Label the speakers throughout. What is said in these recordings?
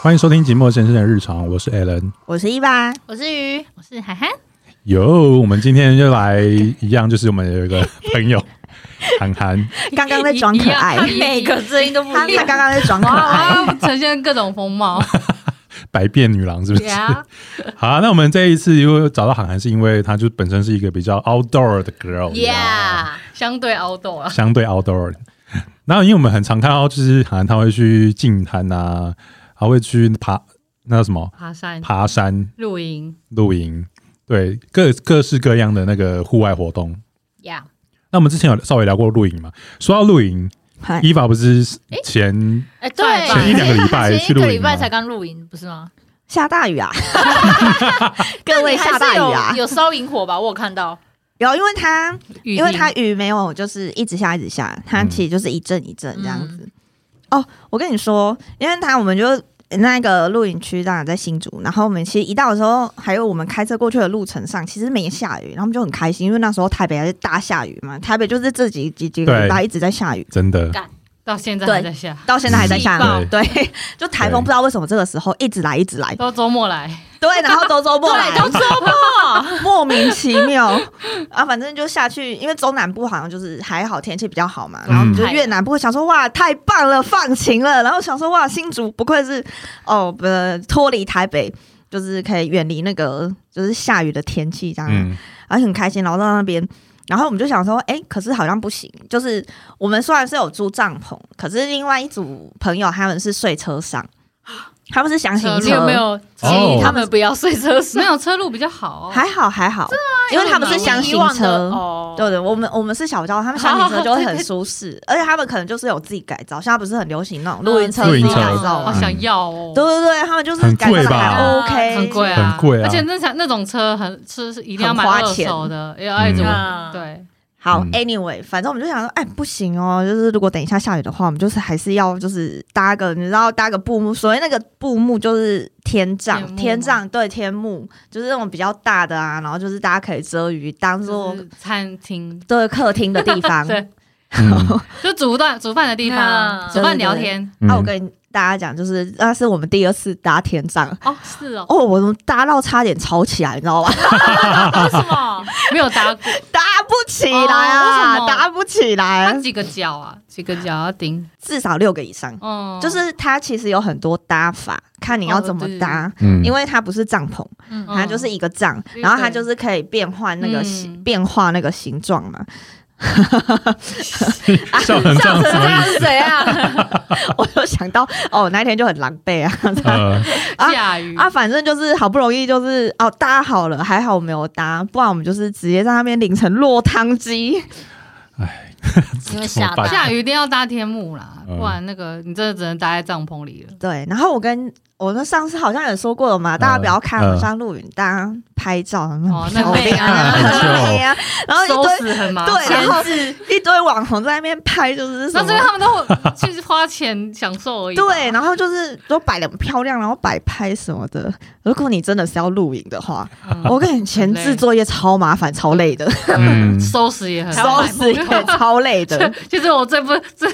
Speaker 1: 欢迎收听《寂寞先生的日常》，我是 Alan。
Speaker 2: 我是一 八，
Speaker 3: 我是鱼，我是涵涵，
Speaker 1: 有，我们今天就来一样，就是我们有一个朋友 韩寒，
Speaker 2: 刚刚在装可爱
Speaker 3: 一，样每个
Speaker 4: 声音都不
Speaker 2: 他他刚刚在装可爱。
Speaker 3: 哇，呈现各种风貌，
Speaker 1: 百变女郎是不是
Speaker 3: 对啊，
Speaker 1: 好啊，那我们这一次因为找到韩寒，是因为她就本身是一个比较 outdoor 的 girl，你知道吗
Speaker 4: ，Yeah，
Speaker 3: 相对凹斗啊，
Speaker 1: 相对 outdoor。然后因为我们很常看到，就是韩寒他会去近滩啊，他会去爬那什么
Speaker 3: 爬山、
Speaker 1: 爬山、
Speaker 3: 露营
Speaker 1: 露营，对，各各式各样的那个户外活动。
Speaker 3: ，Yeah，
Speaker 1: 那我们之前有稍微聊过露营嘛？说到露营，
Speaker 2: 嗨
Speaker 1: 伊法不是前
Speaker 4: 哎，对，
Speaker 3: 对前
Speaker 1: 一两个礼拜
Speaker 4: 前
Speaker 1: 去
Speaker 4: 一
Speaker 1: 露营吗啊
Speaker 4: 个礼拜才刚露营，不是吗？
Speaker 2: 下大雨啊！ 各位下大雨
Speaker 4: 但
Speaker 2: 啊
Speaker 4: 你还是！有有烧萤火吧？我有看到，
Speaker 2: 有，因为它
Speaker 3: 雨
Speaker 2: 因为它
Speaker 3: 停
Speaker 2: 雨没有就是一直下一直下，它
Speaker 1: 嗯
Speaker 2: 其实就是一阵一阵这样子。哦，我跟你说，因为它我们就。那个露营区当然在新竹，然后我们其实一到的时候，还有我们开车过去的路程上，其实没下雨，然后我们就很开心，因为那时候台北还是大下雨嘛，台北就是这几几几个
Speaker 1: 对
Speaker 2: 礼拜一直在下雨，
Speaker 1: 真的
Speaker 3: 到现在
Speaker 2: 对
Speaker 3: 还在下，
Speaker 2: 到现在还在下
Speaker 4: 嗯
Speaker 2: 雨，
Speaker 1: 对
Speaker 2: 对，就台风不知道为什么这个时候一直来一直来，
Speaker 3: 到周末来，
Speaker 2: 对，然后都周末来，
Speaker 4: 对，都周末，
Speaker 2: 莫名其妙啊，反正就下去，因为中南部好像就是还好，天气比较好嘛。
Speaker 4: 嗯
Speaker 2: 然后我们就越南部想说哇，太棒了，放晴了。然后想说哇，新竹不愧是哦，不脱离台北，就是可以远离那个就是下雨的天气这样，
Speaker 1: 嗯，
Speaker 2: 而且很开心。然后到那边，然后我们就想说，哎、可是好像不行，就是我们虽然是有租帐篷，可是另外一组朋友他们是睡车上，他们是箱型
Speaker 3: 车
Speaker 2: 车，
Speaker 3: 你有没有
Speaker 4: 建
Speaker 1: 哦
Speaker 4: 议他们不要睡车
Speaker 3: 没
Speaker 4: 上，
Speaker 3: 有车路比较好？哦
Speaker 2: 还好还好，因为他们是箱型
Speaker 4: 以往
Speaker 2: 车。
Speaker 4: 的哦，
Speaker 2: 对的，我们我们是小招，他们小型车就会很舒适，而且他们可能就是有自己改造，像不是很流行那种露营车
Speaker 1: 露
Speaker 2: 自
Speaker 1: 营
Speaker 2: 己
Speaker 1: 车
Speaker 2: 改造
Speaker 3: 好
Speaker 2: 嘛
Speaker 1: 嗯。
Speaker 3: 想要
Speaker 2: 啊
Speaker 3: 哦，
Speaker 2: 对对对，他们就是
Speaker 1: 很
Speaker 2: 改
Speaker 1: 贵
Speaker 2: 造
Speaker 1: 吧
Speaker 2: 还 OK，
Speaker 3: 很贵啊，
Speaker 1: 很贵啊
Speaker 3: 而且那场那种车很是是一定要买
Speaker 2: 很花
Speaker 3: 二手的，要爱怎么
Speaker 4: 嗯，
Speaker 3: 对，
Speaker 2: 好
Speaker 1: 嗯
Speaker 2: ，anyway，反正我们就想说，哎，不行哦，就是如果等一下下雨的话，我们就是还是要就是搭个，你知道搭个布幕，所谓那个布幕就是天
Speaker 3: 天幕
Speaker 2: 帐，
Speaker 3: 吗
Speaker 2: 天帐对天幕，就是那种比较大的啊，然后就是大家可以遮雨，当做
Speaker 3: 就是餐厅
Speaker 2: 对客厅的地方。
Speaker 3: 对，
Speaker 1: 嗯
Speaker 3: 就煮饭煮饭的地方啊，
Speaker 4: 嗯
Speaker 3: 煮饭聊天
Speaker 1: 嗯
Speaker 2: 啊，我跟大家讲，就是那是我们第二次搭天帐，
Speaker 3: 哦，是哦，
Speaker 2: 哦，我们搭到差点吵起来，你知道吗？ 哦
Speaker 4: 为什么？
Speaker 3: 没有搭过，
Speaker 2: 搭不起来
Speaker 3: 哦为
Speaker 2: 啊，
Speaker 3: 什么
Speaker 2: 搭不起
Speaker 3: 它
Speaker 2: 来，
Speaker 3: 几个角啊，几个角要钉，
Speaker 2: 至少六个以上。
Speaker 3: 哦，
Speaker 2: 就是它其实有很多搭法，看你要怎么搭。
Speaker 1: 嗯
Speaker 2: 因为它不是帐篷，
Speaker 4: 嗯，
Speaker 2: 它就是一个帐，
Speaker 3: 嗯
Speaker 2: 然后它就是可以变换那个
Speaker 3: 哦嗯
Speaker 2: 形，变化那个形状嘛。
Speaker 1: 嗯笑成这样什 么意思？
Speaker 4: 是谁啊？
Speaker 2: 我就想到，哦，那一天就很狼狈啊
Speaker 1: 呃，
Speaker 2: 啊
Speaker 3: 下雨
Speaker 2: 啊，反正就是好不容易就是哦搭好了，还好我没有搭，不然我们就是直接在那边淋成落汤鸡。
Speaker 3: 嗯
Speaker 4: 因为下
Speaker 2: 啊
Speaker 1: 怎么
Speaker 4: 大
Speaker 1: 办
Speaker 3: 下
Speaker 4: 雨，
Speaker 3: 雨一定要搭天幕啦，
Speaker 1: 嗯
Speaker 3: 不然那个你真的只能待在帐篷里了。
Speaker 2: 对，然后我跟我们上次好像也说过了嘛，大家不要看
Speaker 1: 嗯
Speaker 2: 我像录影，大家拍照
Speaker 3: 哦那
Speaker 2: 漂
Speaker 3: 美
Speaker 2: 亮
Speaker 3: 啊
Speaker 2: 很美 啊，然后一
Speaker 3: 收
Speaker 2: 堆
Speaker 3: 拾很麻
Speaker 2: 对，
Speaker 3: 烦
Speaker 2: 然，后一堆网红在那边拍，就是什
Speaker 3: 那这个
Speaker 2: 么。
Speaker 3: 他们都就是花钱享受而已吧。
Speaker 2: 对，然后就是都摆的很漂亮，然后摆拍什么的。如果你真的是要录影的话，
Speaker 3: 嗯
Speaker 2: 我跟你前置作业超麻烦、超累的，
Speaker 1: 嗯
Speaker 3: 收 拾也很
Speaker 4: 还要
Speaker 2: 收
Speaker 4: 买
Speaker 2: 拾也超累 的。
Speaker 3: 其实我这不这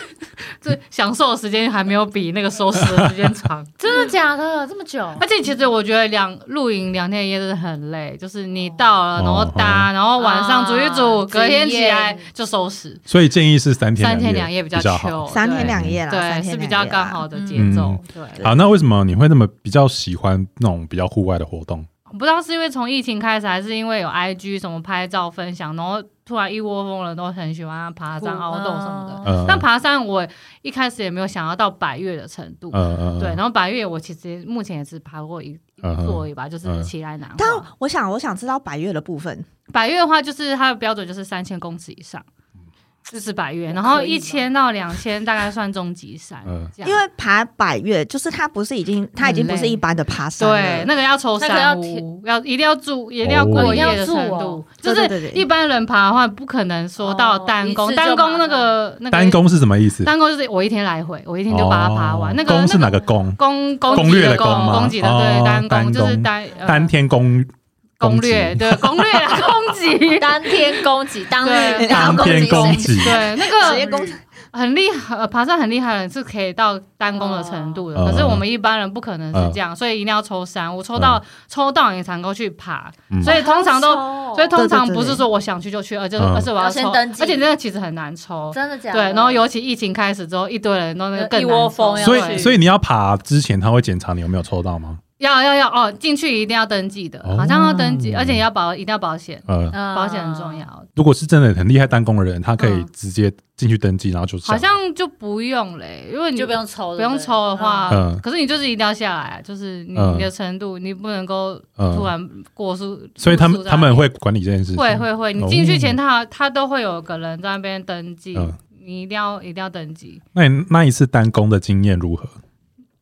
Speaker 3: 这享受的时间还没有比那个收拾的时间长，
Speaker 4: 真的假的？这么 久？
Speaker 3: 而且其实我觉得两露营两天一夜真的很累，就是你到了，然后
Speaker 1: 哦
Speaker 3: 搭，然后晚上煮一煮，
Speaker 4: 啊
Speaker 3: 隔天起来
Speaker 4: 直接
Speaker 3: 就收拾，
Speaker 1: 所以建议是三天
Speaker 3: 三天两
Speaker 1: 夜
Speaker 3: 夜比较
Speaker 1: 好。
Speaker 3: chill，
Speaker 2: 三天
Speaker 3: 对
Speaker 2: 两夜啦，三
Speaker 3: 对
Speaker 2: 天
Speaker 3: 是比
Speaker 2: 两
Speaker 3: 较
Speaker 2: 夜啦嗯
Speaker 3: 刚好的节奏，对。
Speaker 1: 好，那为什么你会那么比较喜欢那种比较户外的活动？
Speaker 3: 我不知道是因为从疫情开始，还是因为有 IG 什么拍照分享，然后突然一窝蜂人都很喜欢爬山、凹洞什么的。
Speaker 2: 嗯
Speaker 1: 呃，
Speaker 3: 但哦爬山我一开始也没有想要到百越的程度，
Speaker 1: 呃呃，
Speaker 3: 对。然后百越我其实目前也只爬过一一
Speaker 1: 嗯哼
Speaker 3: 座而已吧，就是奇来南
Speaker 2: 但
Speaker 3: 华。
Speaker 2: 我想，我想知道百越的部分，
Speaker 3: 百越的话，就是它的标准就是三千公尺以上，这是百越。然后
Speaker 4: 可以
Speaker 3: 一
Speaker 4: 吗
Speaker 3: 千到两千大概算中级山
Speaker 1: 嗯，
Speaker 3: 这样
Speaker 2: 因为爬百越就是它不是已经，它已经不
Speaker 3: 很
Speaker 2: 是
Speaker 3: 累
Speaker 2: 一般的爬山了
Speaker 3: 对，那个要抽
Speaker 4: 那个
Speaker 3: 山
Speaker 4: 要贴
Speaker 3: 屋，要一定要住，一定要
Speaker 1: 哦
Speaker 3: 过
Speaker 1: 一定
Speaker 3: 夜
Speaker 4: 要
Speaker 3: 的
Speaker 4: 住
Speaker 3: 程
Speaker 4: 哦
Speaker 3: 度，就
Speaker 2: 对对
Speaker 3: 是
Speaker 2: 对对
Speaker 3: 一般人爬的话，不可能说到单
Speaker 4: 哦
Speaker 3: 攻，
Speaker 4: 一次
Speaker 3: 单
Speaker 4: 就
Speaker 3: 攻那个那个
Speaker 1: 单攻是什么意思？
Speaker 3: 单攻就是我一天来回，我一天就把它爬完。
Speaker 1: 哦
Speaker 3: 那个
Speaker 1: 攻是
Speaker 3: 那
Speaker 1: 哪
Speaker 3: 个
Speaker 1: 个攻？
Speaker 3: 攻
Speaker 1: 攻
Speaker 3: 攻
Speaker 1: 略
Speaker 3: 击
Speaker 1: 的
Speaker 3: 的
Speaker 1: 攻吗
Speaker 3: 攻击的
Speaker 1: 哦
Speaker 3: 对单
Speaker 1: 单
Speaker 3: 攻就是
Speaker 1: 攻
Speaker 3: 单呃
Speaker 1: 单天攻
Speaker 3: 攻
Speaker 1: 击
Speaker 3: 略对攻略的攻击
Speaker 4: 当天攻击，当
Speaker 3: 对
Speaker 4: 日
Speaker 2: 当
Speaker 1: 当天
Speaker 4: 日
Speaker 1: 攻
Speaker 4: 攻
Speaker 1: 击，
Speaker 3: 对那
Speaker 2: 直接
Speaker 3: 个
Speaker 2: 攻
Speaker 3: 很厉害，呃爬山很厉害的人是可以到单攻的程度的。
Speaker 1: 哦
Speaker 3: 可是我们一般人不可能是这样，所以一定要抽山。我抽到、抽到你才能够去爬，
Speaker 1: 哦嗯
Speaker 3: 所以通常都，
Speaker 4: 都
Speaker 3: 所以通常
Speaker 2: 对对对
Speaker 3: 不是说我想去就去，而就是、
Speaker 1: 嗯
Speaker 3: 而是我
Speaker 4: 哦要
Speaker 3: 抽
Speaker 4: 先，登记
Speaker 3: 而且真的其实很难抽。
Speaker 4: 真的假
Speaker 3: 对
Speaker 4: 的？，
Speaker 3: 然后尤其疫情开始之后，一堆人都那个更
Speaker 4: 一
Speaker 3: 难
Speaker 4: 窝
Speaker 3: 抽
Speaker 4: 蜂要
Speaker 1: 所
Speaker 4: 对
Speaker 1: 以所以你要爬之前，他会检查你有没有抽到吗？
Speaker 3: 要要要哦，进去一定要登记的，
Speaker 1: 哦
Speaker 3: 好像要登记，而且也要保一定要保险，
Speaker 1: 呃，
Speaker 4: 嗯
Speaker 3: 保险很重。要。
Speaker 1: 如果是真的很厉害单工的人，他可以
Speaker 3: 嗯
Speaker 1: 直接进去登记，然后就上
Speaker 3: 好像就不用嘞，因为
Speaker 4: 嗯你
Speaker 3: 你
Speaker 4: 就不用抽了，
Speaker 3: 不用抽的话，
Speaker 1: 对嗯
Speaker 3: 可是你就是一定要下来，啊就是你
Speaker 1: 嗯
Speaker 3: 你的程度，你不能够
Speaker 1: 嗯
Speaker 3: 突然过速。
Speaker 1: 所以他们
Speaker 3: 速在
Speaker 1: 他们会哦管理这件事情，
Speaker 3: 会会会，你进去前他他都会有个人在那边登记
Speaker 1: 嗯，
Speaker 3: 你一定要一定要登记。
Speaker 1: 那你那一次单工的经验如何？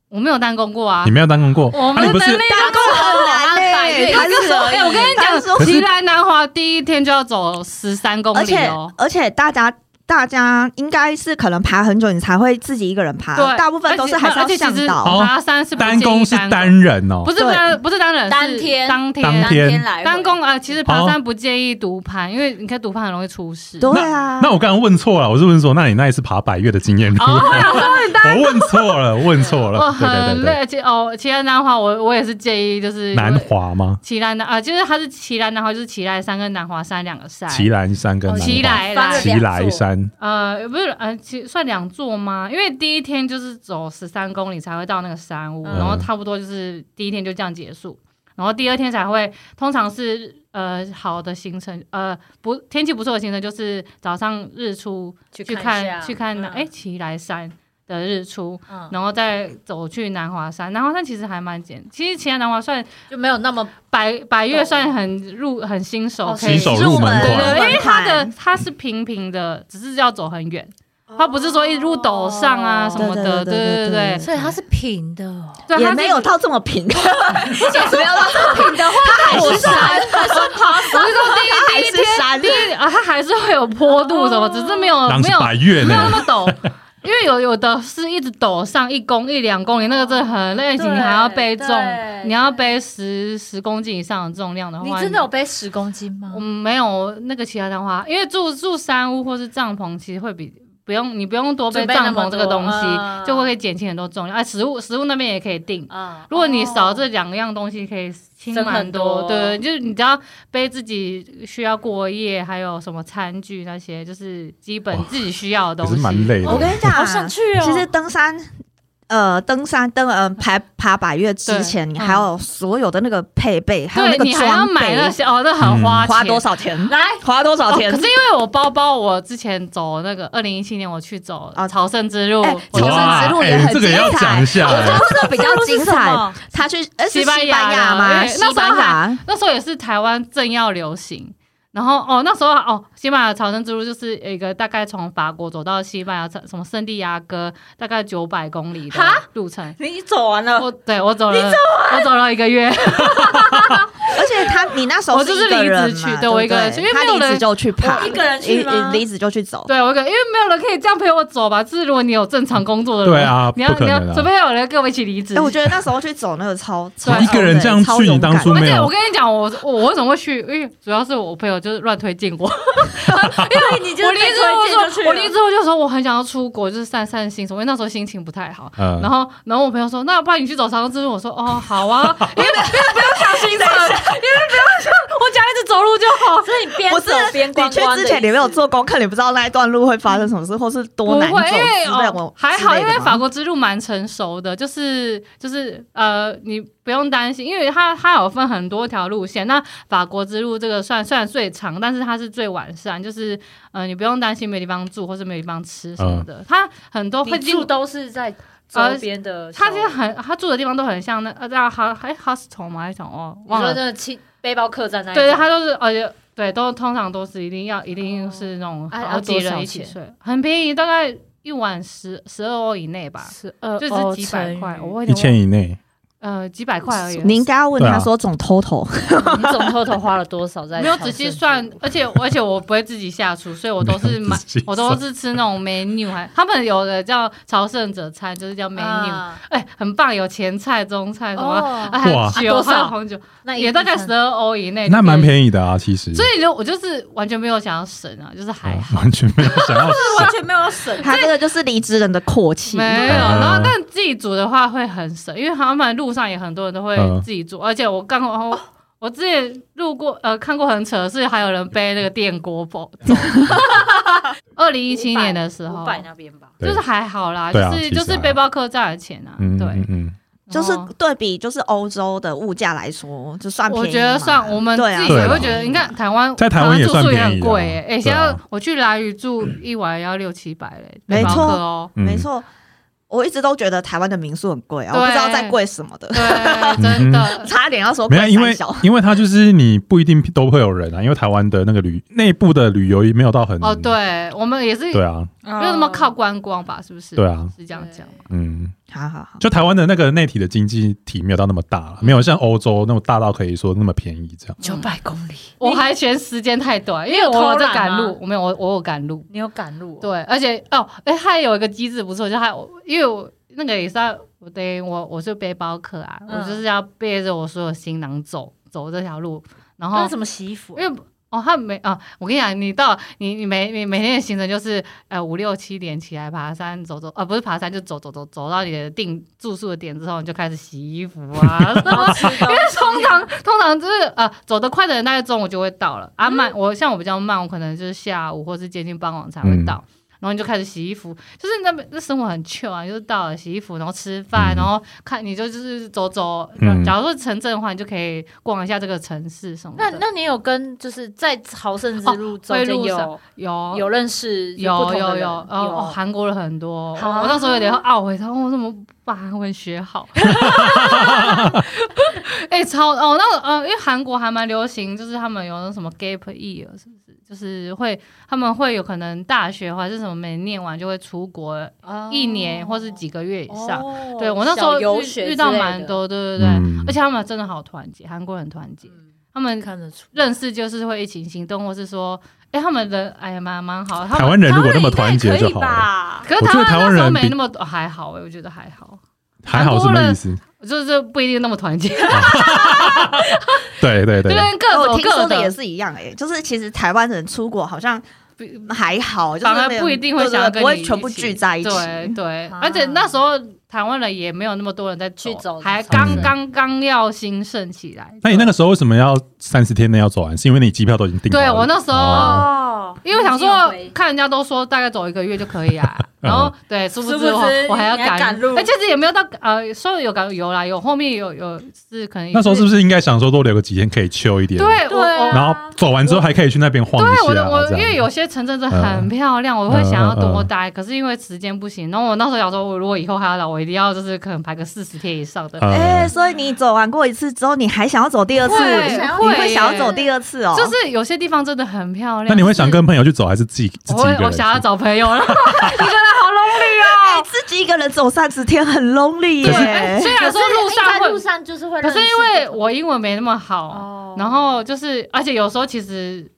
Speaker 3: 我没有单攻过啊
Speaker 1: 你，没有单工过，
Speaker 3: 我
Speaker 1: 啊
Speaker 3: 们
Speaker 1: 你不
Speaker 3: 的
Speaker 1: 是
Speaker 4: 嗯
Speaker 3: 能力
Speaker 2: 打工很难
Speaker 4: 百
Speaker 2: 嘞，
Speaker 4: 越
Speaker 2: 还是
Speaker 4: 一次而已
Speaker 3: 哎，我跟你
Speaker 2: 他说
Speaker 3: 讲，奇来南华第一天就要走十三公
Speaker 2: 而
Speaker 3: 里
Speaker 2: 且啊
Speaker 3: 哦。
Speaker 2: 而且大家。大家应该是可能爬很久，你才会自己一个人爬。
Speaker 3: 对，
Speaker 2: 大部分都是还是
Speaker 3: 而
Speaker 2: 要
Speaker 3: 且
Speaker 2: 向
Speaker 3: 其实哦
Speaker 2: 导。
Speaker 3: 爬山是不建
Speaker 1: 单
Speaker 3: 议
Speaker 1: 工是
Speaker 3: 单，
Speaker 1: 单人哦
Speaker 3: 不，是
Speaker 2: 对
Speaker 3: 单不是单人，
Speaker 4: 当
Speaker 3: 是
Speaker 4: 天
Speaker 3: 当
Speaker 1: 当
Speaker 3: 天
Speaker 1: 天
Speaker 4: 天来回
Speaker 3: 单工呃，其实爬
Speaker 1: 哦
Speaker 3: 山不建议独攀，因为你看独攀很容易出事。
Speaker 2: 对啊，
Speaker 1: 那我刚刚问错了，我是问说，那你那一次爬百越的经验如何？
Speaker 3: 哦
Speaker 1: 我问错了，我问错
Speaker 3: 我
Speaker 1: 了，对对
Speaker 3: 哦很
Speaker 1: 对对，
Speaker 3: 累，其实哦，奇来南华我我也是建议就是
Speaker 1: 南华吗？
Speaker 3: 奇来南啊，就是它是奇来南华，就是奇来山跟南华山两个山。
Speaker 1: 奇兰山跟
Speaker 4: 哦
Speaker 1: 南华
Speaker 3: 奇来啦
Speaker 4: 翻，了
Speaker 1: 奇来山，
Speaker 3: 呃，不是呃，其算两座吗？因为第一天就是走十三公里才会到那个山屋，
Speaker 4: 嗯
Speaker 3: 然后差不多就是第一天就这样结束，然后第二天才会，通常是呃好的行程，呃不天气不错的行程就是早上日出
Speaker 4: 去
Speaker 3: 去
Speaker 4: 一下
Speaker 3: 看去看那哎，
Speaker 4: 嗯
Speaker 3: 奇来山的日出，
Speaker 4: 嗯
Speaker 3: 然后再走去南华山，南华山其实还蛮简，其实奇来南华算
Speaker 4: 就没有那么
Speaker 3: 百百越
Speaker 4: 懂
Speaker 3: 算很入很新手，
Speaker 4: 哦
Speaker 3: 可以
Speaker 1: 新手入门
Speaker 3: 对
Speaker 1: 款
Speaker 3: 对，因为它的
Speaker 2: 入门
Speaker 3: 它是平平的，只是要走很远。
Speaker 4: 哦
Speaker 3: 它不是说一入陡上啊什么
Speaker 2: 对
Speaker 3: 的，对
Speaker 2: 对对
Speaker 3: 对
Speaker 2: 对
Speaker 4: 所以它是平的哦，
Speaker 3: 对，
Speaker 2: 也
Speaker 3: 它是
Speaker 2: 没有到这么平，没有到这么平的话，还
Speaker 4: 我
Speaker 2: 是
Speaker 4: 山
Speaker 2: 山，
Speaker 4: 还是爬山，
Speaker 2: 还是山。
Speaker 3: 第 一啊，它还是会有坡度
Speaker 4: 哦
Speaker 3: 什么，只是没有
Speaker 1: 当
Speaker 3: 哦没
Speaker 1: 时
Speaker 3: 有
Speaker 1: 百越
Speaker 3: 没有那
Speaker 1: 呢，
Speaker 3: 么陡。因为有有的是一直陡上一公一两公里，那个真的很累，而且你还要背重
Speaker 4: 对，
Speaker 3: 你要背十十公斤以上的重量的话，
Speaker 4: 你真的有背十公斤吗
Speaker 3: 我？们没有那个其他的话，因为住住山屋或是帐篷，其实会比不用你不用多背
Speaker 4: 准备那
Speaker 3: 帐
Speaker 4: 么
Speaker 3: 篷这个东西
Speaker 4: 多啊，
Speaker 3: 就会可
Speaker 2: 嗯
Speaker 3: 以减轻很多重量。哎，食物食物那边也可以订，
Speaker 4: 啊
Speaker 3: 如果你
Speaker 2: 哦
Speaker 3: 少这两样东西，可以轻
Speaker 4: 省
Speaker 3: 蛮
Speaker 4: 很多
Speaker 3: 对，就是你只要背自己需要过夜，还有什么餐具那些，就是基本
Speaker 1: 哇
Speaker 3: 自己需要的
Speaker 1: 可
Speaker 3: 东西。
Speaker 1: 是蛮累
Speaker 2: 我跟
Speaker 1: 的。
Speaker 2: 你讲，
Speaker 4: 好想去哦，
Speaker 2: 其实登山，呃，登山登呃爬爬百越之前，你还有所有的那个配备，还有那
Speaker 3: 对
Speaker 2: 个
Speaker 3: 你还要
Speaker 2: 装
Speaker 3: 买那
Speaker 2: 备，
Speaker 3: 些哦，那
Speaker 1: 嗯
Speaker 3: 很花钱。
Speaker 2: 花多少钱？
Speaker 4: 来
Speaker 2: 花多少
Speaker 3: 哦
Speaker 2: 钱
Speaker 3: 可？是因为我包包，我之前走那个二零一七年我去走
Speaker 2: 哦
Speaker 3: 朝圣之路
Speaker 2: 哎，
Speaker 3: 我就
Speaker 2: 朝圣之路
Speaker 1: 哇
Speaker 2: 也很
Speaker 1: 哎这个也要
Speaker 2: 精彩
Speaker 1: 讲一下，哎
Speaker 2: 这个比较精彩。
Speaker 4: 哦
Speaker 2: 他去呃是
Speaker 3: 西
Speaker 2: 西
Speaker 3: 班
Speaker 2: 班
Speaker 3: 牙
Speaker 2: 牙吗？
Speaker 3: 哎
Speaker 2: 西
Speaker 3: 那时候
Speaker 2: 班牙
Speaker 3: 那时候也是台湾正要流行。然后哦，那时候哦，西班牙朝圣之路就是有一个大概从法国走到西班牙什么圣地亚哥，大概九百公里的
Speaker 4: 哈
Speaker 3: 路程。
Speaker 4: 你走完 了，
Speaker 3: 我对我走了，我走了一个月，
Speaker 2: 而且他你那时候
Speaker 3: 我就是
Speaker 2: 一个人
Speaker 3: 离职去
Speaker 2: 嘛
Speaker 3: 对我一个
Speaker 2: 不
Speaker 3: 人去因为
Speaker 2: 他
Speaker 3: 没有
Speaker 2: 离职
Speaker 3: 人
Speaker 2: 就去爬，
Speaker 4: 我一个人去吗
Speaker 2: 离离职就去走。
Speaker 3: 对我一个，因为没有人可以这样陪我走吧。就是如果你有正常工作的人，
Speaker 1: 对啊
Speaker 3: 你要
Speaker 1: 不可
Speaker 3: 你
Speaker 1: 能
Speaker 3: 要
Speaker 1: 啊
Speaker 3: 除非有人跟我一起离职。
Speaker 2: 哎，我觉得那时候去走那个超
Speaker 3: 对
Speaker 2: 超
Speaker 3: 一
Speaker 1: 个人这样
Speaker 2: 超
Speaker 1: 去你
Speaker 2: 勇
Speaker 1: 当
Speaker 2: 敢
Speaker 1: 初
Speaker 3: 而
Speaker 1: 没
Speaker 3: 且
Speaker 1: 有
Speaker 3: 我跟你讲，我我我为什么会去？因为主要是我朋友就是乱推荐我，
Speaker 4: 因为你就是
Speaker 3: 我离
Speaker 4: 被
Speaker 3: 职
Speaker 4: 推荐
Speaker 3: 后
Speaker 4: 就去
Speaker 3: 说，
Speaker 4: 了
Speaker 3: 我离职后就说我很想要出国，就是散散心，因为那时候心情不太好。
Speaker 1: 嗯
Speaker 3: 然后，然后我朋友说，那不然你去走长征之路？我说，哦，好啊，因为
Speaker 4: 小心走，
Speaker 3: 我只要一直走路就好。
Speaker 4: 所以你边
Speaker 2: 我
Speaker 4: 走
Speaker 2: 是
Speaker 4: 边
Speaker 2: 你
Speaker 4: 观
Speaker 2: 去
Speaker 4: 光的意思。
Speaker 2: 之前你没有做功课，你不知道那一段路会发生什么事，或是
Speaker 3: 不
Speaker 2: 多难走
Speaker 3: 会，因为
Speaker 2: 之类的。
Speaker 3: 哦还好，
Speaker 2: 之类
Speaker 3: 因
Speaker 2: 的
Speaker 3: 为
Speaker 2: 吗
Speaker 3: 法国之路蛮成熟的，就是就是呃，你不用担心，因为它它有分很多条路线。那法国之路这个算算最长，但是它是最完善，就是呃，你不用担心没地方住或是没地方吃什么的。它很多会
Speaker 4: 你
Speaker 3: 经啊
Speaker 4: 住都是在周边的小，
Speaker 3: 他其实很，他住的地方都很像那呃，那好，哎，hostel 吗？还是什么？哦
Speaker 4: 你
Speaker 3: 忘
Speaker 4: 说
Speaker 3: 了。
Speaker 4: 那个亲背包客栈那一
Speaker 3: 对对，
Speaker 4: 种
Speaker 3: 他都是，而且对，都通常都是一定要，一定是那种
Speaker 4: 哎
Speaker 3: 好几
Speaker 4: 要多
Speaker 3: 人
Speaker 4: 少
Speaker 3: 一起
Speaker 4: 钱
Speaker 3: 睡，很便宜，大概一晚十十二欧以内吧，
Speaker 4: 十二
Speaker 3: 就
Speaker 4: 欧
Speaker 3: 是几百
Speaker 4: 乘
Speaker 3: 块，
Speaker 4: 以
Speaker 3: 我有
Speaker 1: 一
Speaker 3: 点忘
Speaker 1: 千以内，
Speaker 3: 呃几百块而已。
Speaker 2: 你应该要问
Speaker 1: 对
Speaker 2: 他
Speaker 1: 啊
Speaker 2: 说总 total，
Speaker 4: 你总 total 花了多少在？
Speaker 3: 没有仔细算，，而且而且我不会自己下厨，所以我都是买
Speaker 1: 自己，
Speaker 3: 我都是吃那种 menu，还他们有的叫朝圣者餐，就是叫 menu，
Speaker 4: 啊
Speaker 3: 哎、很棒，有前菜、中菜什么，
Speaker 4: 哦
Speaker 3: 啊还有
Speaker 1: 哇
Speaker 3: 酒、
Speaker 4: 啊多
Speaker 3: 还
Speaker 4: 少
Speaker 3: 有红酒，
Speaker 4: 那
Speaker 3: 也大概十二欧以内，
Speaker 1: 那蛮
Speaker 3: 宜。
Speaker 1: 便宜的啊，其实，
Speaker 3: 所以就我就是完全没有想要省啊，就是还
Speaker 1: 嗯
Speaker 3: 好。
Speaker 1: 完全没有想 要省
Speaker 4: 完全没有省。
Speaker 2: 他这个就是离职人的阔气。
Speaker 3: 没有，
Speaker 1: 嗯
Speaker 3: 然后但自己煮的话会很省，因为他们路上也很多人都会
Speaker 1: 嗯
Speaker 3: 自己煮，而且我刚好我我之前路过呃看过很扯的是，还有人背那个电锅 走。二零 一七年的时候
Speaker 4: 五，百那边吧，
Speaker 1: 对
Speaker 3: 就是还好啦，就
Speaker 1: 对啊
Speaker 3: 是
Speaker 1: 其实
Speaker 3: 就是
Speaker 1: 还好
Speaker 3: 背包客栈的钱啊，
Speaker 1: 嗯
Speaker 3: 对
Speaker 1: 嗯，嗯，
Speaker 2: 就是
Speaker 3: 然后
Speaker 2: 对比就是欧洲的物价来说，就算啊便宜
Speaker 3: 我
Speaker 2: 嘛
Speaker 3: 觉得算我们
Speaker 2: 对啊
Speaker 3: 自己也
Speaker 1: 对
Speaker 3: 会
Speaker 1: 啊
Speaker 3: 觉得，你看台湾
Speaker 1: 在台湾也
Speaker 3: 住
Speaker 1: 算
Speaker 3: 宿也
Speaker 1: 便宜
Speaker 3: 很
Speaker 1: 的啊
Speaker 3: 贵诶，哎，
Speaker 1: 对
Speaker 3: 现
Speaker 1: 啊
Speaker 3: 在我去兰屿住一晚要六七百嘞，
Speaker 2: 没
Speaker 3: 背包
Speaker 2: 错
Speaker 3: 客哦，
Speaker 1: 嗯
Speaker 2: 没，错。我一直都觉得台湾的民宿很贵啊，
Speaker 3: 对
Speaker 2: 我不知道在贵什么 的，
Speaker 3: 对，真
Speaker 1: 嗯
Speaker 3: 的。
Speaker 2: 差点要说
Speaker 1: 没
Speaker 2: 贵
Speaker 1: 有，因为
Speaker 2: 三小。
Speaker 1: 因为它就是你不一定都会有人啊，因为台湾的那个旅内部的旅游也没有到很
Speaker 3: 哦，对，我们也是
Speaker 1: 对啊，
Speaker 3: 没有那么靠观光吧？是不是？
Speaker 1: 对啊，
Speaker 3: 是这样讲吗？
Speaker 1: 嗯，
Speaker 2: 好好好，
Speaker 1: 就台湾的那个内体的经济体没有到那么大了，没有像欧洲那么大到可以说那么便宜这样。
Speaker 4: 九百公里，
Speaker 3: 嗯我还嫌时间太短，因为我有在赶路，我没有，我我有赶路。
Speaker 4: 你有赶路哦？
Speaker 3: 对，而且哦，哎，还有一个机制不错，就还我因为我那个也是要我等于我我是背包客啊，
Speaker 4: 嗯
Speaker 3: 我就是要背着我所有行囊走走这条路，然后
Speaker 4: 那怎么洗衣服啊？
Speaker 3: 因为。哦，他每啊，我跟你讲，你到你你每你每天的行程就是，呃，五六七点起来爬山走走，啊，不是爬山，就走走走走到你的定住宿的点之后，你就开始洗衣服啊， 然后因为通常通常就是呃走得快的人大概中午就会到了啊慢，我像我比较慢，我可能就是下午或是接近傍晚才会
Speaker 1: 嗯
Speaker 3: 到，然后你就开始洗衣服，就是那边那生活很 chill 啊，你就是到了洗衣服，然后吃饭，
Speaker 1: 嗯
Speaker 3: 然后看你就就是走走，
Speaker 1: 嗯
Speaker 3: 假如说城镇的话，你就可以逛一下这个城市什么的。
Speaker 4: 那那你有跟就是在朝圣之路中
Speaker 3: 哦会
Speaker 4: 间
Speaker 3: 路上
Speaker 4: 有
Speaker 3: 有
Speaker 4: 有认识就不同
Speaker 3: 有
Speaker 4: 的
Speaker 3: 有
Speaker 4: 人
Speaker 3: 有哦哦，韩国的很多，我
Speaker 4: 啊
Speaker 3: 我那时候有点懊悔，他说我怎么把韩文学好？ 哎，超哦，那个呃，因为韩国还蛮流行，就是他们有那什么 gap year，是不是？就是会他们会有可能大学还是什么没念完就会出国
Speaker 4: 哦
Speaker 3: 一年或是几个月以上。
Speaker 4: 哦
Speaker 3: 对我那时候
Speaker 4: 小游
Speaker 3: 遇
Speaker 4: 学
Speaker 3: 遇到
Speaker 4: 之类
Speaker 3: 蛮
Speaker 4: 的，
Speaker 3: 多，对对对，
Speaker 1: 嗯
Speaker 3: 而且他们真的好团结，韩国人团结，
Speaker 4: 嗯
Speaker 3: 他们
Speaker 4: 看得出
Speaker 3: 认识就是会一起行动，或是说，哎、他们人哎呀蛮蛮好的。他
Speaker 1: 台
Speaker 3: 们
Speaker 1: 湾人如果那么团结就好了，
Speaker 4: 了。
Speaker 3: 可是
Speaker 1: 我觉得
Speaker 3: 台
Speaker 1: 台湾
Speaker 3: 湾那时候
Speaker 1: 人
Speaker 3: 没
Speaker 1: 比
Speaker 3: 那么多还好哎、我觉得还好，
Speaker 1: 还好什么意思？
Speaker 3: 就是不一定那么团结，
Speaker 1: 对对
Speaker 3: 这
Speaker 1: 对，
Speaker 3: 边各
Speaker 2: 哦我
Speaker 3: 走
Speaker 2: 听说
Speaker 3: 各
Speaker 2: 的也
Speaker 3: 的，
Speaker 2: 是一样哎，就是其实台湾人出国好像
Speaker 3: 不
Speaker 2: 还好，就是
Speaker 3: 反而
Speaker 2: 没有
Speaker 3: 不一定会
Speaker 2: 对对
Speaker 3: 想要
Speaker 2: 对
Speaker 3: 跟
Speaker 2: 不
Speaker 3: 你
Speaker 2: 会
Speaker 3: 一
Speaker 2: 全部
Speaker 3: 起
Speaker 2: 聚在一起。
Speaker 3: 对对，
Speaker 4: 啊
Speaker 3: 而且那时候台湾人也没有那么多人在
Speaker 4: 去走
Speaker 3: 还
Speaker 4: 走
Speaker 3: 刚
Speaker 1: 走
Speaker 3: 刚刚要兴盛起来。
Speaker 1: 那你那个
Speaker 3: 个
Speaker 1: 时候为什么要三四天内要走完？是因为你机票都已经订好了？
Speaker 3: 对我那时候
Speaker 1: 哦
Speaker 4: 哦，
Speaker 3: 因为我想说
Speaker 4: 你有回
Speaker 3: 看人家都说大概走一个月就可以 啊，然
Speaker 1: 嗯
Speaker 3: 后对，殊不
Speaker 4: 殊
Speaker 3: 知
Speaker 4: 不知
Speaker 3: 我我还要
Speaker 4: 你还赶路
Speaker 3: 哎，其实也没有到呃，说有赶有啦，有后面有有是可能
Speaker 1: 那时候是不是应该想说多留个几天可以休一点？
Speaker 3: 对我
Speaker 4: 对啊
Speaker 3: 我
Speaker 1: 然后走完之后还可以去那边晃
Speaker 3: 对，
Speaker 1: 一
Speaker 3: 我
Speaker 1: 下，啊
Speaker 3: 的我
Speaker 1: 这
Speaker 3: 因
Speaker 1: 样。
Speaker 3: 为
Speaker 1: 嗯
Speaker 3: 有些城镇真的很漂亮，我会想要多
Speaker 1: 嗯嗯嗯
Speaker 3: 待，可是因为时间不行。然后我那时候想说，我如果以后还要来，我一定要就是可能排个四十天以上的，
Speaker 2: 哎，
Speaker 1: 呃，
Speaker 2: 所以你走完过一次之后，你还想要走第二次，
Speaker 3: 会
Speaker 2: 你
Speaker 3: 会
Speaker 2: 会想要
Speaker 3: 耶
Speaker 2: 走第二次哦？
Speaker 3: 就是有些地方真的很漂亮。
Speaker 1: 那你会想跟朋友去走，还是自己自
Speaker 3: 我
Speaker 1: 己一个
Speaker 3: 会
Speaker 1: 人去？
Speaker 3: 我想要找朋友 了，啊
Speaker 2: 哎自己一个人走三十天很 lonely
Speaker 1: 可是
Speaker 3: 哎
Speaker 2: 耶。
Speaker 3: 虽然说路上
Speaker 4: 在路
Speaker 3: 会，
Speaker 4: 上就是会
Speaker 3: 可
Speaker 4: 认识
Speaker 3: 是
Speaker 4: 的，
Speaker 3: 因为我英文没那么好，
Speaker 4: 哦
Speaker 3: 然后就是而且有时候其实。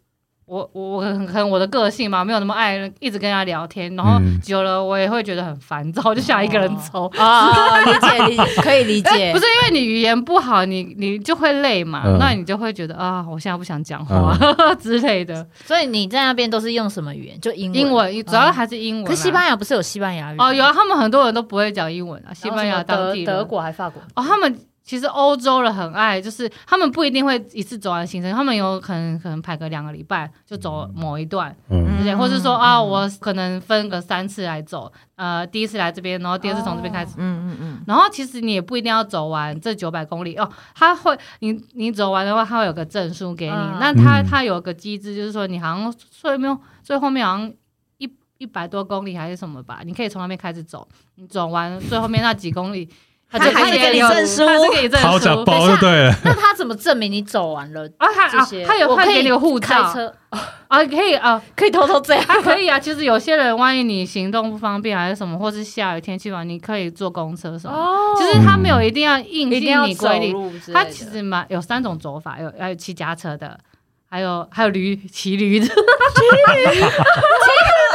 Speaker 3: 我我我可能我的个性嘛，没有那么爱一直跟他聊天，然后
Speaker 1: 嗯
Speaker 3: 久了我也会觉得很烦躁，就想一个
Speaker 4: 哦
Speaker 3: 人走。
Speaker 4: 啊，理解理解，可以理
Speaker 3: 哎
Speaker 4: 解，
Speaker 3: 不是因为你语言不好，你你就会累嘛，
Speaker 1: 嗯
Speaker 3: 那你就会觉得啊，我现在不想讲话、 之类的。
Speaker 4: 所以你在那边都是用什么语言？就英文。
Speaker 3: 英文主要还是英文、
Speaker 4: 可是西班牙不是有西班牙语哦
Speaker 3: 哦，有啊，他们很多人都不会讲英文啊，西班牙当地
Speaker 4: 德
Speaker 3: 的
Speaker 4: 德国还法国，
Speaker 3: 哦，他们。其实欧洲人很爱，就是他们不一定会一次走完行程，他们有可能可能排个两个礼拜就走某一段，
Speaker 1: 嗯，
Speaker 3: 之类，
Speaker 2: 嗯
Speaker 3: 或是说啊，我可能分个三次来走，呃，第一次来这边，然后第二次从这边开始
Speaker 2: 嗯嗯嗯，
Speaker 3: 然后其实你也不一定要走完这九百公里哦，他会你你走完的话，他会有个证书给你。
Speaker 4: 嗯
Speaker 3: 那他
Speaker 1: 嗯
Speaker 3: 他有个机制，就是说你好像最没有最后面好像一一百多公里还是什么吧，你可以从那边开始走，你走完最后面那几公里。
Speaker 4: 他
Speaker 2: 他
Speaker 4: 就
Speaker 2: 还
Speaker 4: 直
Speaker 2: 是
Speaker 4: 接
Speaker 2: 给你
Speaker 4: 有
Speaker 2: 证书
Speaker 3: 他是给你证
Speaker 1: 掏假
Speaker 3: 书。
Speaker 1: 包就对 了，
Speaker 4: 那他怎么证明你走完了
Speaker 3: 啊，他
Speaker 4: 这
Speaker 3: 啊
Speaker 4: 些？，
Speaker 3: 他有
Speaker 4: 我
Speaker 3: 他
Speaker 4: 可
Speaker 3: 给
Speaker 4: 以
Speaker 3: 你个护
Speaker 4: 开
Speaker 3: 照
Speaker 4: 车，
Speaker 3: 啊，可以啊，
Speaker 4: 可以偷偷这样。
Speaker 3: 还可以 啊。其实有些人，万一你行动不方便还是什么，或是下雨天气不好，你可以坐公车什么。
Speaker 4: 哦
Speaker 3: 其实他没有一定要硬
Speaker 4: 一定要
Speaker 3: 性你
Speaker 4: 走
Speaker 3: 规定，
Speaker 4: 路之类的，哦
Speaker 3: 他其实蛮有三种走法，有还有骑家车的，还有还有驴骑驴的，骑驴，可是我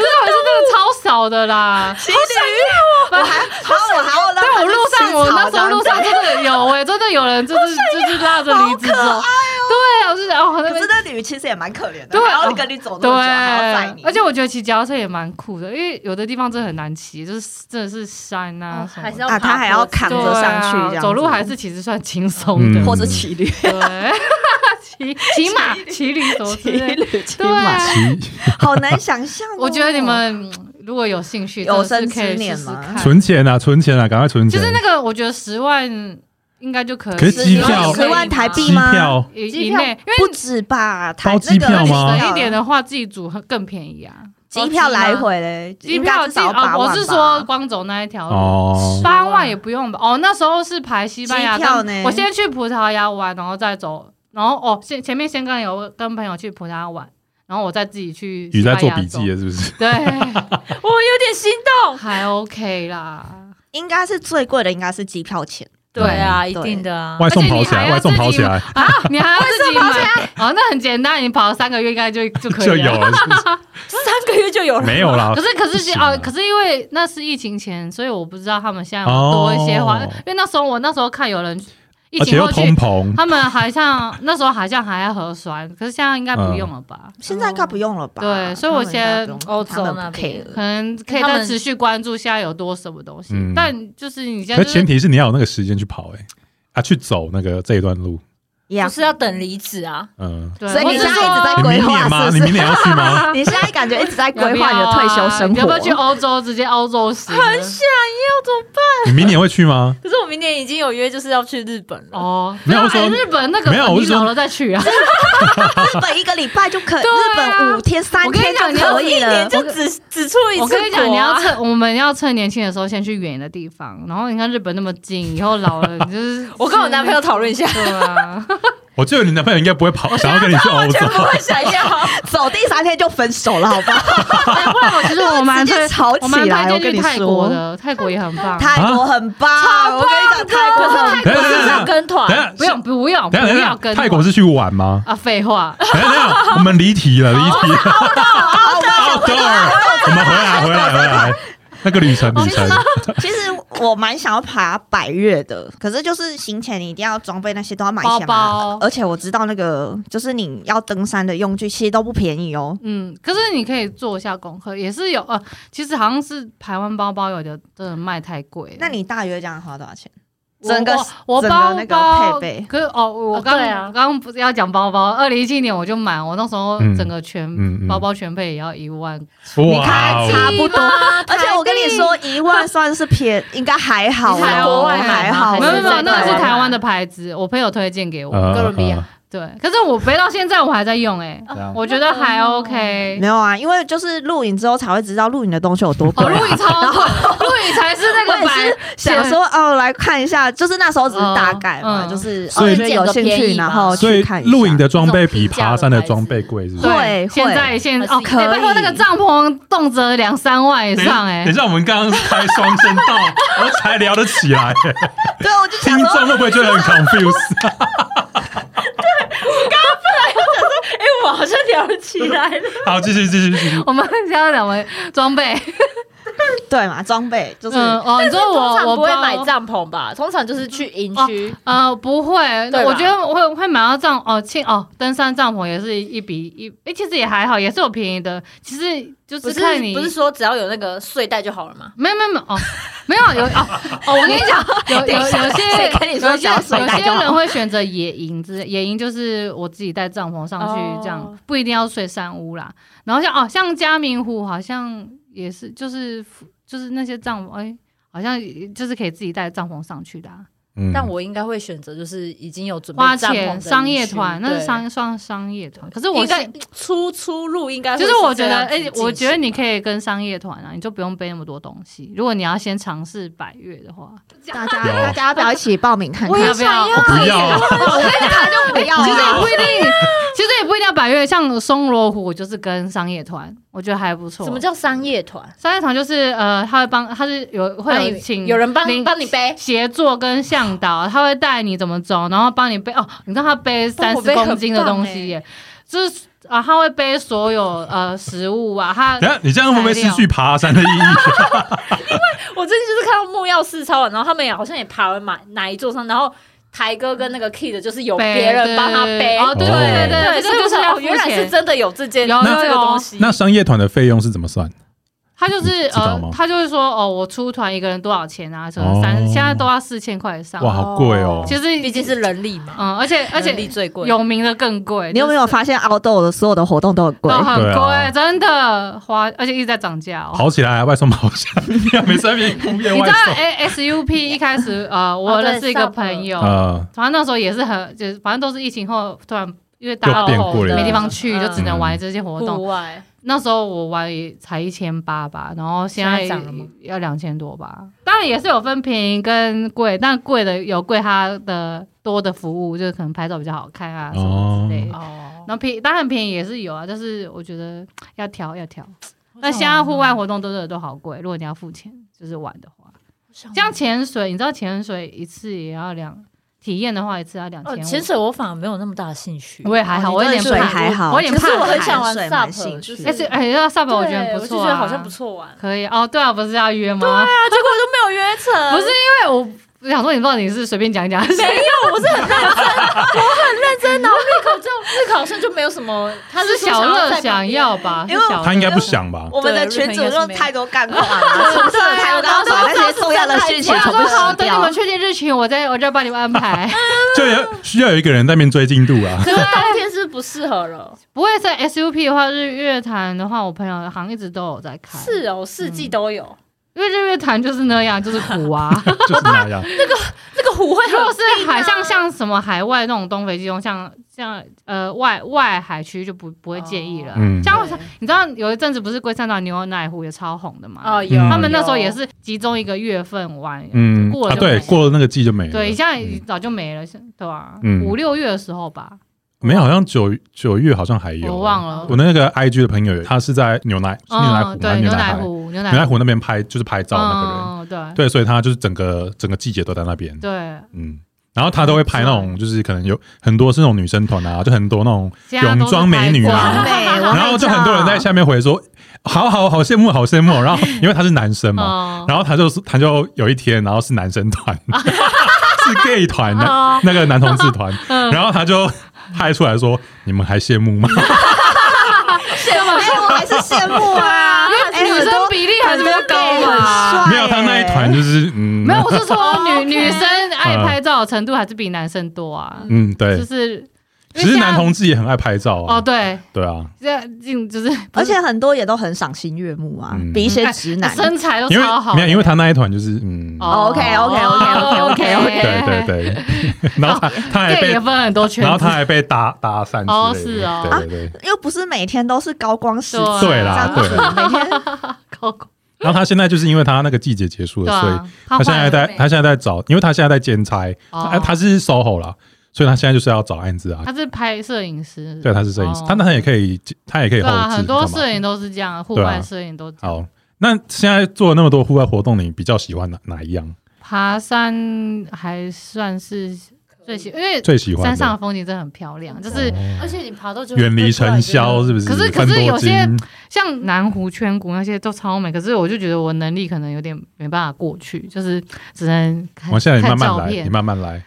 Speaker 3: 是那个超少的啦。
Speaker 2: 骑驴，我
Speaker 3: 哦
Speaker 2: 还好，我还我
Speaker 3: 但
Speaker 2: 在
Speaker 3: 我路上，我那时候路上真的有哎、真的有人就是就是拉着驴子走，对，我就觉得哦那
Speaker 2: 可
Speaker 3: 边
Speaker 2: 是那女其实也蛮可怜的，
Speaker 3: 对哦
Speaker 2: 还要跟你走那
Speaker 3: 对
Speaker 2: 么久，还要载你，
Speaker 3: 而且我觉得骑脚踏车也蛮酷的，因为有的地方真的很难骑，就是真的是山啊
Speaker 4: 哦
Speaker 3: 什么的，
Speaker 4: 还是要
Speaker 2: 啊，他还要扛
Speaker 3: 对
Speaker 2: 着上去，这
Speaker 3: 啊，
Speaker 2: 样
Speaker 3: 走路
Speaker 2: 子
Speaker 3: 还是其实算轻松的，
Speaker 1: 嗯
Speaker 2: 或者骑驴，
Speaker 3: 对， 骑 骑马、骑驴什么之
Speaker 2: 骑
Speaker 3: 类的，
Speaker 2: 驴，骑
Speaker 3: 对啊
Speaker 2: 马，
Speaker 1: 骑
Speaker 2: 好难想象哦。
Speaker 3: 我觉得你们嗯如果有兴趣，
Speaker 2: 有
Speaker 3: 真的
Speaker 2: 生
Speaker 3: 是可
Speaker 2: 之
Speaker 3: 以试
Speaker 2: 年
Speaker 3: 试
Speaker 2: 吗
Speaker 3: 看。
Speaker 1: 存钱啊，存钱啊，赶快存
Speaker 3: 就
Speaker 1: 钱。
Speaker 3: 是那个，我觉得十万应该就可以，
Speaker 1: 可是机票
Speaker 2: 十万台币
Speaker 1: 机
Speaker 2: 吗
Speaker 1: 票
Speaker 3: 以
Speaker 4: 机
Speaker 3: 以
Speaker 4: 票
Speaker 3: 内，因
Speaker 2: 不
Speaker 3: 为
Speaker 2: 止吧，
Speaker 1: 包
Speaker 2: 台
Speaker 1: 机票吗
Speaker 3: 省一点，的话，自己组合更便宜啊。
Speaker 2: 机票来回嘞，
Speaker 3: 机
Speaker 2: 应该
Speaker 3: 票
Speaker 2: 至
Speaker 3: 机
Speaker 2: 少
Speaker 3: 啊，
Speaker 2: 八万吧
Speaker 3: 我是说光走那一条路，
Speaker 1: 哦，
Speaker 3: 八万也不用吧？哦，那时候是排西班牙
Speaker 2: 机票
Speaker 3: 跟，
Speaker 2: 呢
Speaker 3: 我先去葡萄牙玩，然后再走，然后哦，先前面先跟有跟朋友去葡萄牙玩，然后我再自己去
Speaker 1: 雨
Speaker 3: 西
Speaker 1: 在
Speaker 3: 班牙
Speaker 1: 做笔记啊
Speaker 3: 走
Speaker 1: 了，是不是？
Speaker 3: 对，
Speaker 4: 我有点心动。
Speaker 3: 还 OK 啦。
Speaker 2: 应该是最贵的，应该是机票钱。
Speaker 4: 对啊，一
Speaker 2: 对
Speaker 4: 定的啊。
Speaker 1: 外送跑
Speaker 3: 而
Speaker 1: 起
Speaker 3: 且你还
Speaker 1: 来，
Speaker 3: 要
Speaker 1: 外送跑起来
Speaker 3: 啊，你还要自己买哦，那很简单，你跑三个月应该就就可
Speaker 1: 就
Speaker 3: 以
Speaker 1: 有
Speaker 3: 了。
Speaker 1: 了，是不是
Speaker 4: 三个月就有
Speaker 1: 没有啦
Speaker 3: 可。是可
Speaker 1: 不
Speaker 3: 是
Speaker 1: 行啊
Speaker 3: 哦，可是因为那是疫情前，所以我不知道他们现在有多一些花，
Speaker 1: 哦
Speaker 3: 因为那时候我那时候看有人疫
Speaker 1: 而且
Speaker 3: 情
Speaker 1: 又
Speaker 3: 后
Speaker 1: 通
Speaker 3: 去，
Speaker 1: 膨，
Speaker 3: 他们好像那时候好像还要核酸，可是现在应该不用了吧？
Speaker 2: 现在应该不用了吧？
Speaker 3: 对所以我先
Speaker 4: 欧洲
Speaker 2: 走
Speaker 4: 那边
Speaker 2: care。
Speaker 3: 可能可以
Speaker 4: 他
Speaker 3: 再
Speaker 4: 们
Speaker 3: 持续关注现在有多什么东西，
Speaker 1: 嗯
Speaker 3: 但就是你现
Speaker 1: 可
Speaker 3: 在、
Speaker 1: 是
Speaker 3: 就是、
Speaker 1: 前提是你要有那个时间去跑，哎，啊，去走那个这一段路，
Speaker 2: 呀
Speaker 4: 就是要等离职啊。
Speaker 1: 嗯。
Speaker 3: 对，
Speaker 2: 所以
Speaker 3: 或
Speaker 2: 你
Speaker 3: 是
Speaker 2: 现在
Speaker 3: 说
Speaker 2: 一直在
Speaker 1: 你
Speaker 2: 规
Speaker 1: 明
Speaker 2: 划
Speaker 1: 年吗？
Speaker 2: 是不
Speaker 1: 你
Speaker 2: 是
Speaker 1: 明年要去吗？
Speaker 2: 你现在感觉一直在规
Speaker 3: 要不
Speaker 2: 划你的退休生
Speaker 3: 要啊你
Speaker 2: 活，
Speaker 3: 要不要去欧洲直接欧洲行？很
Speaker 1: 你明年会去吗？
Speaker 4: 可是我明年已经有约，就是要去日本了。
Speaker 3: 哦，
Speaker 1: 没有我说
Speaker 3: 哎日本那个
Speaker 1: 没有我
Speaker 3: 你
Speaker 1: 是说
Speaker 3: 老了再去啊。
Speaker 2: 日本一个礼拜就可以，
Speaker 3: 对啊
Speaker 2: 日本五天三
Speaker 3: 我跟你
Speaker 2: 天
Speaker 3: 讲
Speaker 2: 就可
Speaker 3: 你要
Speaker 4: 一
Speaker 2: 以
Speaker 4: 年
Speaker 2: 了。
Speaker 4: 就只只出一次国啊。
Speaker 3: 我跟你讲，你要趁
Speaker 2: 啊
Speaker 3: 我们要趁年轻的时候先去远的地方，然后你看日本那么近，以后老了你 就是。
Speaker 4: 我跟我男朋友讨论一下
Speaker 3: 对啊，
Speaker 1: 我觉得你男朋友应该不会跑，想要跟你去哦欧洲
Speaker 4: 全。不会想要。
Speaker 2: 走第三天就分手了，好不好？
Speaker 3: 哎不然我其实我蛮
Speaker 2: 直接
Speaker 3: 推，
Speaker 2: 吵
Speaker 3: 我
Speaker 2: 起
Speaker 3: 蛮
Speaker 2: 来，我
Speaker 3: 推
Speaker 2: 跟
Speaker 3: 荐去
Speaker 2: 你
Speaker 3: 泰
Speaker 2: 说
Speaker 3: 国，的，泰国也很棒。
Speaker 2: 泰国很棒，
Speaker 4: 啊
Speaker 2: 我跟你讲，泰国很
Speaker 1: 等一
Speaker 4: 我
Speaker 1: 下
Speaker 4: 是要跟
Speaker 1: 等一
Speaker 4: 团
Speaker 1: 下，
Speaker 3: 不用不用不
Speaker 1: 等一下，等一下
Speaker 3: 要跟
Speaker 1: 泰国是去玩吗？
Speaker 3: 啊，废话，
Speaker 1: 等一下，等一下，我们离题了，离题了。
Speaker 2: 棒。
Speaker 1: Outdoor，我们回来，回来，回来。那个旅程，旅程，
Speaker 2: 其实我蛮想要爬百越的，可是就是行前你一定要装备那些都要买
Speaker 3: 包
Speaker 2: 下来，
Speaker 3: 包。
Speaker 2: 而且我知道那个就是你要登山的用具其实都不便宜哦。
Speaker 3: 嗯，可是你可以做一下功课，也是有呃，其实好像是台湾包包有的真的卖太贵了。
Speaker 2: 那你大约这样花多少钱？
Speaker 3: 我
Speaker 2: 整个
Speaker 3: 我我
Speaker 2: 整
Speaker 3: 包
Speaker 2: 个那个
Speaker 3: 包
Speaker 2: 配备
Speaker 3: 可是哦，我
Speaker 4: 哦
Speaker 3: 刚
Speaker 4: 对啊
Speaker 3: 我刚刚不是要讲包包，二零一七年我就买，我那时候
Speaker 1: 嗯
Speaker 3: 整个全
Speaker 1: 嗯嗯
Speaker 3: 包包全配也要一万，
Speaker 2: 你看
Speaker 1: 哇
Speaker 2: 差
Speaker 1: 哦，
Speaker 2: 不多
Speaker 3: 哇，
Speaker 2: 而且我跟你说，一万算是便，应该还好
Speaker 4: 你才
Speaker 2: 哦，
Speaker 4: 国外买吗
Speaker 2: 还好哦，
Speaker 3: 没有没有没有，啊
Speaker 4: 还是在台
Speaker 3: 那个啊是
Speaker 4: 湾
Speaker 3: 台湾
Speaker 4: 买
Speaker 3: 的牌子，我朋友推荐给我，
Speaker 1: 呃
Speaker 4: 哥伦比亚，
Speaker 3: 对，可是我背到现在我还在用，哎，
Speaker 1: 呃
Speaker 3: 我觉得还
Speaker 4: 那很好
Speaker 3: OK。
Speaker 2: 没有啊，因为就是露营之后才会知道露营的东西有多贵
Speaker 3: 哦，。路易超贵，路易才是那
Speaker 2: 我
Speaker 3: 个
Speaker 2: 也
Speaker 3: 版
Speaker 2: 是，想说哦，来看一下，就是那时候只是大概嘛，
Speaker 3: 嗯嗯
Speaker 2: 就是哦
Speaker 1: 所以
Speaker 2: 觉得有
Speaker 4: 捡个
Speaker 2: 兴
Speaker 4: 便
Speaker 2: 趣，
Speaker 4: 宜嘛
Speaker 2: 然后
Speaker 1: 所
Speaker 2: 去
Speaker 1: 以
Speaker 2: 看一下
Speaker 1: 露营的装备比爬山的装备贵，是不是？
Speaker 3: 对
Speaker 2: 会
Speaker 3: 现在
Speaker 2: 会
Speaker 3: 现
Speaker 4: 还
Speaker 3: 哦，
Speaker 4: 是
Speaker 3: 哎拜托
Speaker 2: 可以
Speaker 3: 那个帐篷动辄两三万以上，哎
Speaker 1: 等一，下，我们刚刚才双声道，然后才聊得起来，
Speaker 2: 对，我就
Speaker 1: 听
Speaker 2: 想说，
Speaker 1: 众会不会觉得很 confused？
Speaker 4: 哎，我好像聊起来了。
Speaker 1: 好，继续，继续，继续。
Speaker 3: 我们现在讲完装备，
Speaker 2: 对嘛，装备就是
Speaker 3: 嗯，哦，你说
Speaker 4: 通常
Speaker 3: 我我
Speaker 4: 不会
Speaker 3: 包嗯
Speaker 4: 买帐篷吧？通常就是去营区。
Speaker 3: 呃，不会，
Speaker 4: 对吧
Speaker 3: 我觉得我会会买到帐哦，青哦，登山帐篷也是一笔一，诶、其实也还好，也是有便宜的。其实就
Speaker 4: 不
Speaker 3: 是
Speaker 4: 是
Speaker 3: 看你，
Speaker 4: 不是说只要有那个睡袋就好了吗？嗯
Speaker 3: 没有没有没有哦，没有有哦哦，我跟你讲，有有有 些
Speaker 2: 谁跟你说
Speaker 3: 有些
Speaker 2: 想要睡
Speaker 3: 有
Speaker 2: 袋
Speaker 3: 些
Speaker 2: 就好
Speaker 3: 人会选择野营之类，野营就是我自己带帐篷上去
Speaker 4: 哦
Speaker 3: 这样，不一定要睡山屋啦。然后像哦，像嘉明湖好像也是，就是就是那些帐篷，哎、好像就是可以自己带帐篷上去的、啊。
Speaker 1: 嗯，
Speaker 4: 但我应该会选择就是已经有准备
Speaker 3: 花
Speaker 4: 帐篷的
Speaker 3: 钱
Speaker 4: 人
Speaker 3: 商业
Speaker 4: 去
Speaker 3: 团，那是
Speaker 4: 对
Speaker 3: 商算商业团。可是我
Speaker 4: 应
Speaker 3: 现
Speaker 4: 该出出路应该会
Speaker 3: 就是是我觉
Speaker 4: 这
Speaker 3: 得，
Speaker 4: 样子
Speaker 3: 哎、
Speaker 4: 进行
Speaker 3: 我觉得你可以跟商业团啊，你就不用背那么多东西。如果你要先尝试百越的话，
Speaker 2: 大家
Speaker 1: 有
Speaker 2: 大家要不要一起报名看
Speaker 3: 我
Speaker 2: 看？
Speaker 3: 也想要
Speaker 1: 我不要，啊
Speaker 2: 就不要
Speaker 4: 啊
Speaker 3: 其实也不一 定，其实也不一定要百越。像松罗湖，我就是跟商业团，我觉得还不错。
Speaker 4: 什么叫商业团？
Speaker 3: 商业团？就是呃，他会帮，他是有
Speaker 4: 帮
Speaker 3: 会有
Speaker 4: 你
Speaker 3: 请
Speaker 4: 有人帮
Speaker 3: 领
Speaker 4: 帮你背，
Speaker 3: 协作跟向导，他会带你怎么走，然后帮你背哦。你知道他背三
Speaker 4: 我
Speaker 3: 十
Speaker 4: 背很
Speaker 3: 公斤的东
Speaker 4: 哦
Speaker 3: 西耶，
Speaker 4: 欸
Speaker 3: 就是啊，他会背所有呃食物啊，他
Speaker 1: 等一下你这样会不会失去爬山的意义？
Speaker 4: 我最近就是看到木曜四超完，然后他们也好像也爬完哪哪一座山，然后台哥跟那个 Kid 就是有
Speaker 3: 背
Speaker 4: 别人帮他
Speaker 3: 对
Speaker 4: 背，
Speaker 3: 哦，对
Speaker 1: 哦
Speaker 3: 对对
Speaker 4: 对，
Speaker 3: 这
Speaker 4: 所以
Speaker 3: 就
Speaker 4: 我
Speaker 3: 是
Speaker 4: 想
Speaker 3: 要
Speaker 4: 哦，
Speaker 3: 付
Speaker 4: 原来是
Speaker 3: 钱。
Speaker 4: 真的有这件
Speaker 3: 有
Speaker 4: 这
Speaker 3: 有
Speaker 4: 个
Speaker 3: 有
Speaker 4: 东西。
Speaker 1: 那商业团的费用是怎么算？
Speaker 3: 他就是
Speaker 1: 知道
Speaker 3: 呃
Speaker 1: 吗，
Speaker 3: 他就会说哦，我出团一个人多少钱啊？什
Speaker 1: 哦
Speaker 3: 么三，现在都要四千块以上。
Speaker 1: 哇，好贵哦！
Speaker 3: 其实
Speaker 4: 毕竟是人力嘛，
Speaker 3: 嗯，而且而且
Speaker 4: 人力最贵。
Speaker 3: 有名的更贵。
Speaker 2: 你有没有
Speaker 3: 就是
Speaker 2: 发现凹豆的所有的活动都很贵
Speaker 3: 都？很
Speaker 1: 对啊
Speaker 3: 贵，真的花，而且一直在涨价 哦。
Speaker 1: 跑起来，啊外送跑起来，你还没三遍五遍
Speaker 3: 你
Speaker 1: 外
Speaker 3: 知道
Speaker 1: 送，
Speaker 3: 哎 SUP 一开始呃，
Speaker 4: 哦
Speaker 3: 我认识一个朋友，
Speaker 1: 呃，
Speaker 3: 反正那时候也是很，就是反正都是疫情后突然因为大
Speaker 1: 又变
Speaker 3: 家
Speaker 1: 贵了
Speaker 3: 没地方去，
Speaker 4: 嗯
Speaker 3: 就只能玩这些活动。
Speaker 4: 户外，
Speaker 3: 那时候我玩也才一千八吧，然后现在
Speaker 4: 现在涨了吗
Speaker 3: 要两千多吧。当然也是有分便宜跟贵，但贵的有贵它的多的服务，就是可能拍照比较好看啊什么之类的。
Speaker 4: 哦，
Speaker 3: 然后便宜当然便宜也是有啊，但是我觉得要调要调。那
Speaker 4: 那
Speaker 3: 现在户
Speaker 4: 哦
Speaker 3: 外活动都是都好贵，如果你要付钱就是玩的话，
Speaker 4: 哦
Speaker 3: 像潜水，你知道潜水一次也要两，体验的话一次要两
Speaker 4: 哦，
Speaker 3: 千。
Speaker 4: 潜水我反而没有那么大的兴趣，
Speaker 3: 我也还好，
Speaker 2: 哦
Speaker 3: 我有
Speaker 2: 你
Speaker 3: 点
Speaker 2: 对水
Speaker 3: 怕
Speaker 2: 还好
Speaker 3: 我有点
Speaker 4: 可
Speaker 3: 怕
Speaker 4: 是我
Speaker 3: 海。
Speaker 4: 很想玩
Speaker 2: 海水
Speaker 4: SUP，
Speaker 2: 蛮兴趣
Speaker 4: 就是
Speaker 3: 哎，是哎，那 s u 我觉得很
Speaker 4: 对
Speaker 3: 不
Speaker 4: 就
Speaker 3: 错
Speaker 4: 觉
Speaker 3: 啊，
Speaker 4: 得好像不错玩。
Speaker 3: 可以哦。对啊，不是要约吗？对啊，
Speaker 4: 啊，结果都没有约成，
Speaker 3: 不是因为我想说，你不知道你是随便讲一讲，
Speaker 4: 没有，我是很认真，我很认真。然后日考就日考生就没有什么， 他
Speaker 3: 是
Speaker 4: 说
Speaker 3: 小
Speaker 4: 要
Speaker 3: 乐
Speaker 4: 在
Speaker 3: 想要吧？
Speaker 2: 因为
Speaker 3: 是小乐
Speaker 1: 他应该不想
Speaker 3: 哦
Speaker 1: 吧？
Speaker 2: 我们的群主就太多干话 了，重复
Speaker 3: 对啊
Speaker 2: 太多干话，把那些重要的事情
Speaker 3: 我
Speaker 2: 重
Speaker 3: 想
Speaker 2: 复洗
Speaker 3: 说好，啊等你们
Speaker 2: 掉。
Speaker 3: 确定日期，我再我再帮你们安排。
Speaker 1: 就要需要有一个人在面追进度 啊。
Speaker 4: 可是冬天是不适合了。
Speaker 3: 不会在 SUP 的话，日月潭的话，我朋友好像一直都有在开。
Speaker 4: 是哦，四季都有。
Speaker 3: 因为日月潭就是那样，就是苦啊。
Speaker 1: 就是那样，
Speaker 4: 这个湖会
Speaker 3: 如果是海像像什么海外那种东北季风，像像呃外外海区就不不会建议了。
Speaker 1: 嗯，
Speaker 3: 像你知道有一阵子不是龟山岛牛奶湖也超红的嘛？
Speaker 4: 哦，有
Speaker 1: 嗯
Speaker 3: 啊他们那时候也是集中一个月份玩，
Speaker 1: 嗯
Speaker 3: 过
Speaker 1: 啊，
Speaker 3: 了就没
Speaker 1: 对，
Speaker 3: 了
Speaker 1: 过了那个季就没了。
Speaker 3: 对，现在
Speaker 1: 嗯
Speaker 3: 早就没了，现对吧、
Speaker 1: 嗯
Speaker 3: 五六月的时候吧，
Speaker 1: 没有，好像九九月好像还有，啊
Speaker 3: 我忘了
Speaker 1: 我那个 IG 的朋友，他是在牛奶是哦牛奶湖，
Speaker 3: 嗯，
Speaker 1: 还
Speaker 3: 对，
Speaker 1: 是
Speaker 3: 牛
Speaker 1: 牛
Speaker 3: 奶
Speaker 1: 海
Speaker 3: 湖，牛
Speaker 1: 牛
Speaker 3: 奶
Speaker 1: 奶湖那边拍就是拍照那个人，
Speaker 3: 嗯，对
Speaker 1: 对，所以他就是整个整个季节都在那边，
Speaker 3: 对，
Speaker 1: 嗯。然后他都会拍那种，就是可能有很多是那种女生团啊，就很多那种，
Speaker 3: 现在都
Speaker 1: 泳
Speaker 3: 是
Speaker 1: 装美女啊
Speaker 3: 拍
Speaker 2: 美
Speaker 3: 光
Speaker 2: 我
Speaker 1: 然后就很多人在下面回说，好好好羡慕，好羡慕。然 后因为他是男生嘛，
Speaker 3: 嗯，
Speaker 1: 然后他就是他就有一天，然后是男生 团，是 gay 团，
Speaker 3: 哦
Speaker 1: 那那个男同志团，
Speaker 3: 嗯
Speaker 1: 然后他就拍出来说，你们还羡慕吗？
Speaker 2: 羡慕，哎，我还是羡慕 啊， 哎
Speaker 3: 女生比例还是比较高嘛。
Speaker 2: 很
Speaker 1: 没有，他那一团就是嗯，
Speaker 3: 没有，我是说女
Speaker 4: OK
Speaker 3: 女生爱拍照的程度还是比男生多啊，
Speaker 1: 嗯，
Speaker 3: 就
Speaker 1: 对，
Speaker 3: 是
Speaker 1: 其实男
Speaker 3: 因为现在
Speaker 1: 同志也很爱拍照啊，
Speaker 3: 哦，对，
Speaker 1: 对啊，
Speaker 3: 这进就是
Speaker 2: 而且很多也都很赏心悦目啊
Speaker 1: 嗯，
Speaker 2: 比一些直男。
Speaker 3: 身材都
Speaker 1: 因为
Speaker 3: 超好，哦
Speaker 1: 没有，因为他那一团就是嗯，
Speaker 2: 哦
Speaker 1: 对
Speaker 2: ，OK，OK，OK，OK，OK
Speaker 1: 对对，然后他他还
Speaker 3: 对，
Speaker 1: 被
Speaker 3: 哦也分很多圈子，
Speaker 1: 然后他还被搭搭讪
Speaker 3: 哦
Speaker 1: 之类的
Speaker 3: 是哦
Speaker 1: 对对对，
Speaker 2: 又不是每天都是高光时
Speaker 3: 啊
Speaker 2: 刻，
Speaker 1: 对啦
Speaker 2: 张
Speaker 1: 对嗯
Speaker 2: 楚
Speaker 1: 啦，
Speaker 2: 每天
Speaker 3: 高高
Speaker 1: 然后他现在就是因为他那个季节结束
Speaker 3: 对
Speaker 1: 了，所以
Speaker 3: 啊，
Speaker 1: 他现在
Speaker 3: 换
Speaker 1: 在
Speaker 4: 妹
Speaker 1: 他现在在找，因为他现在在兼差，
Speaker 3: 哦
Speaker 1: 他他是 SOHO 啦，所以他现在就是要找案子啊。
Speaker 3: 他是拍摄影师，
Speaker 1: 对，他是摄影师
Speaker 3: 哦，
Speaker 1: 他那他也可以，他也可以
Speaker 3: 对
Speaker 1: 后
Speaker 3: 啊，
Speaker 1: 置
Speaker 3: 很多
Speaker 1: 干嘛
Speaker 3: 摄影都是这样，户
Speaker 1: 对啊
Speaker 3: 外摄影都这样。
Speaker 1: 好，那现在做了那么多户外活动，你比较喜欢哪哪一样？
Speaker 3: 爬山还算是最喜，因为
Speaker 1: 最喜欢的
Speaker 3: 山上的风景真的很漂亮，就是
Speaker 1: 哦
Speaker 4: 而且你爬到就
Speaker 1: 远离尘嚣，是不是？
Speaker 3: 可是可
Speaker 1: 分
Speaker 3: 是
Speaker 1: 多
Speaker 3: 有些
Speaker 1: 金
Speaker 3: 像南湖、圈谷那些都超美，可是我就觉得我能力可能有点没办法过去，就是只能看
Speaker 1: 我哦现在你慢
Speaker 3: 看
Speaker 1: 慢
Speaker 3: 照
Speaker 1: 来，
Speaker 3: 片
Speaker 1: 你。慢慢来。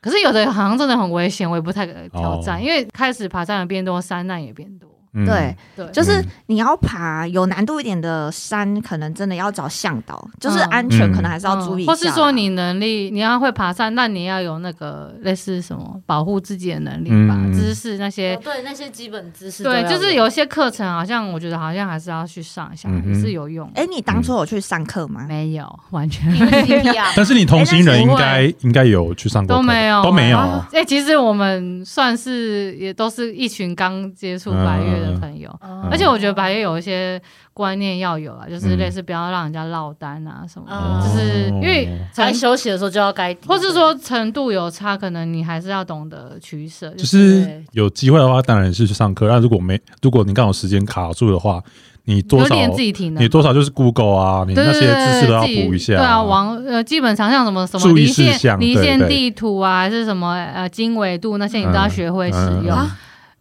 Speaker 3: 可是有的好像真的很危险，我也不太敢挑战，
Speaker 1: 哦
Speaker 3: 因为开始爬山的变多，山难也变多。
Speaker 1: 嗯
Speaker 2: 对，
Speaker 3: 对，
Speaker 2: 就是
Speaker 1: 嗯
Speaker 2: 你要爬有难度一点的山，可能真的要找向导，就是
Speaker 3: 嗯
Speaker 2: 安全
Speaker 1: 嗯
Speaker 2: 可能还是要注意一下
Speaker 3: 或
Speaker 2: 啦。
Speaker 3: 是说你能力，你要会爬山，那你要有那个类似什么保护自己的能力吧，
Speaker 1: 嗯
Speaker 3: 知识那些
Speaker 4: 哦对那些基本知识都要，
Speaker 3: 对，就是有些课程好像我觉得好像还是要去上一下，
Speaker 1: 嗯哼
Speaker 3: 也是有用。
Speaker 2: 哎，你当初有去上课吗？
Speaker 3: 没有，完全
Speaker 4: 你
Speaker 3: 没有
Speaker 4: 们一样
Speaker 1: 但是你同行人应该应该有去上过
Speaker 3: 都
Speaker 1: 课吧，
Speaker 3: 没有，
Speaker 1: 都没有
Speaker 3: 啊
Speaker 1: 哦。
Speaker 3: 哎、其实我们算是也都是一群刚接触
Speaker 1: 嗯
Speaker 3: 白月的朋友，
Speaker 4: 哦
Speaker 3: 而且我觉得白月有一些观念要有啊，
Speaker 1: 嗯
Speaker 3: 就是类似不要让人家落单啊什么的，
Speaker 4: 嗯
Speaker 3: 就是因为
Speaker 1: 哦
Speaker 4: 该
Speaker 3: 程，
Speaker 4: 休息的时候就要该，
Speaker 3: 或是说程度有差，可能你还是要懂得取舍，就
Speaker 1: 就是是有机会的话，当然是去上课。那如果没，如果你刚好时间卡住的话，你多
Speaker 3: 有
Speaker 1: 少
Speaker 3: 练自己体能
Speaker 1: 你。多少就是 Google 啊，你
Speaker 3: 对
Speaker 1: 那
Speaker 3: 对
Speaker 1: 些知识都要
Speaker 3: 自己
Speaker 1: 补一下。哦
Speaker 3: 对啊，网呃，基本常像什么什么
Speaker 1: 注
Speaker 3: 离
Speaker 1: 意事
Speaker 3: 线
Speaker 1: 项
Speaker 3: 离
Speaker 1: 对
Speaker 3: 线
Speaker 1: 对
Speaker 3: 地图啊，还是什么呃经纬度那些，你都要学会使
Speaker 1: 嗯
Speaker 3: 用。
Speaker 1: 嗯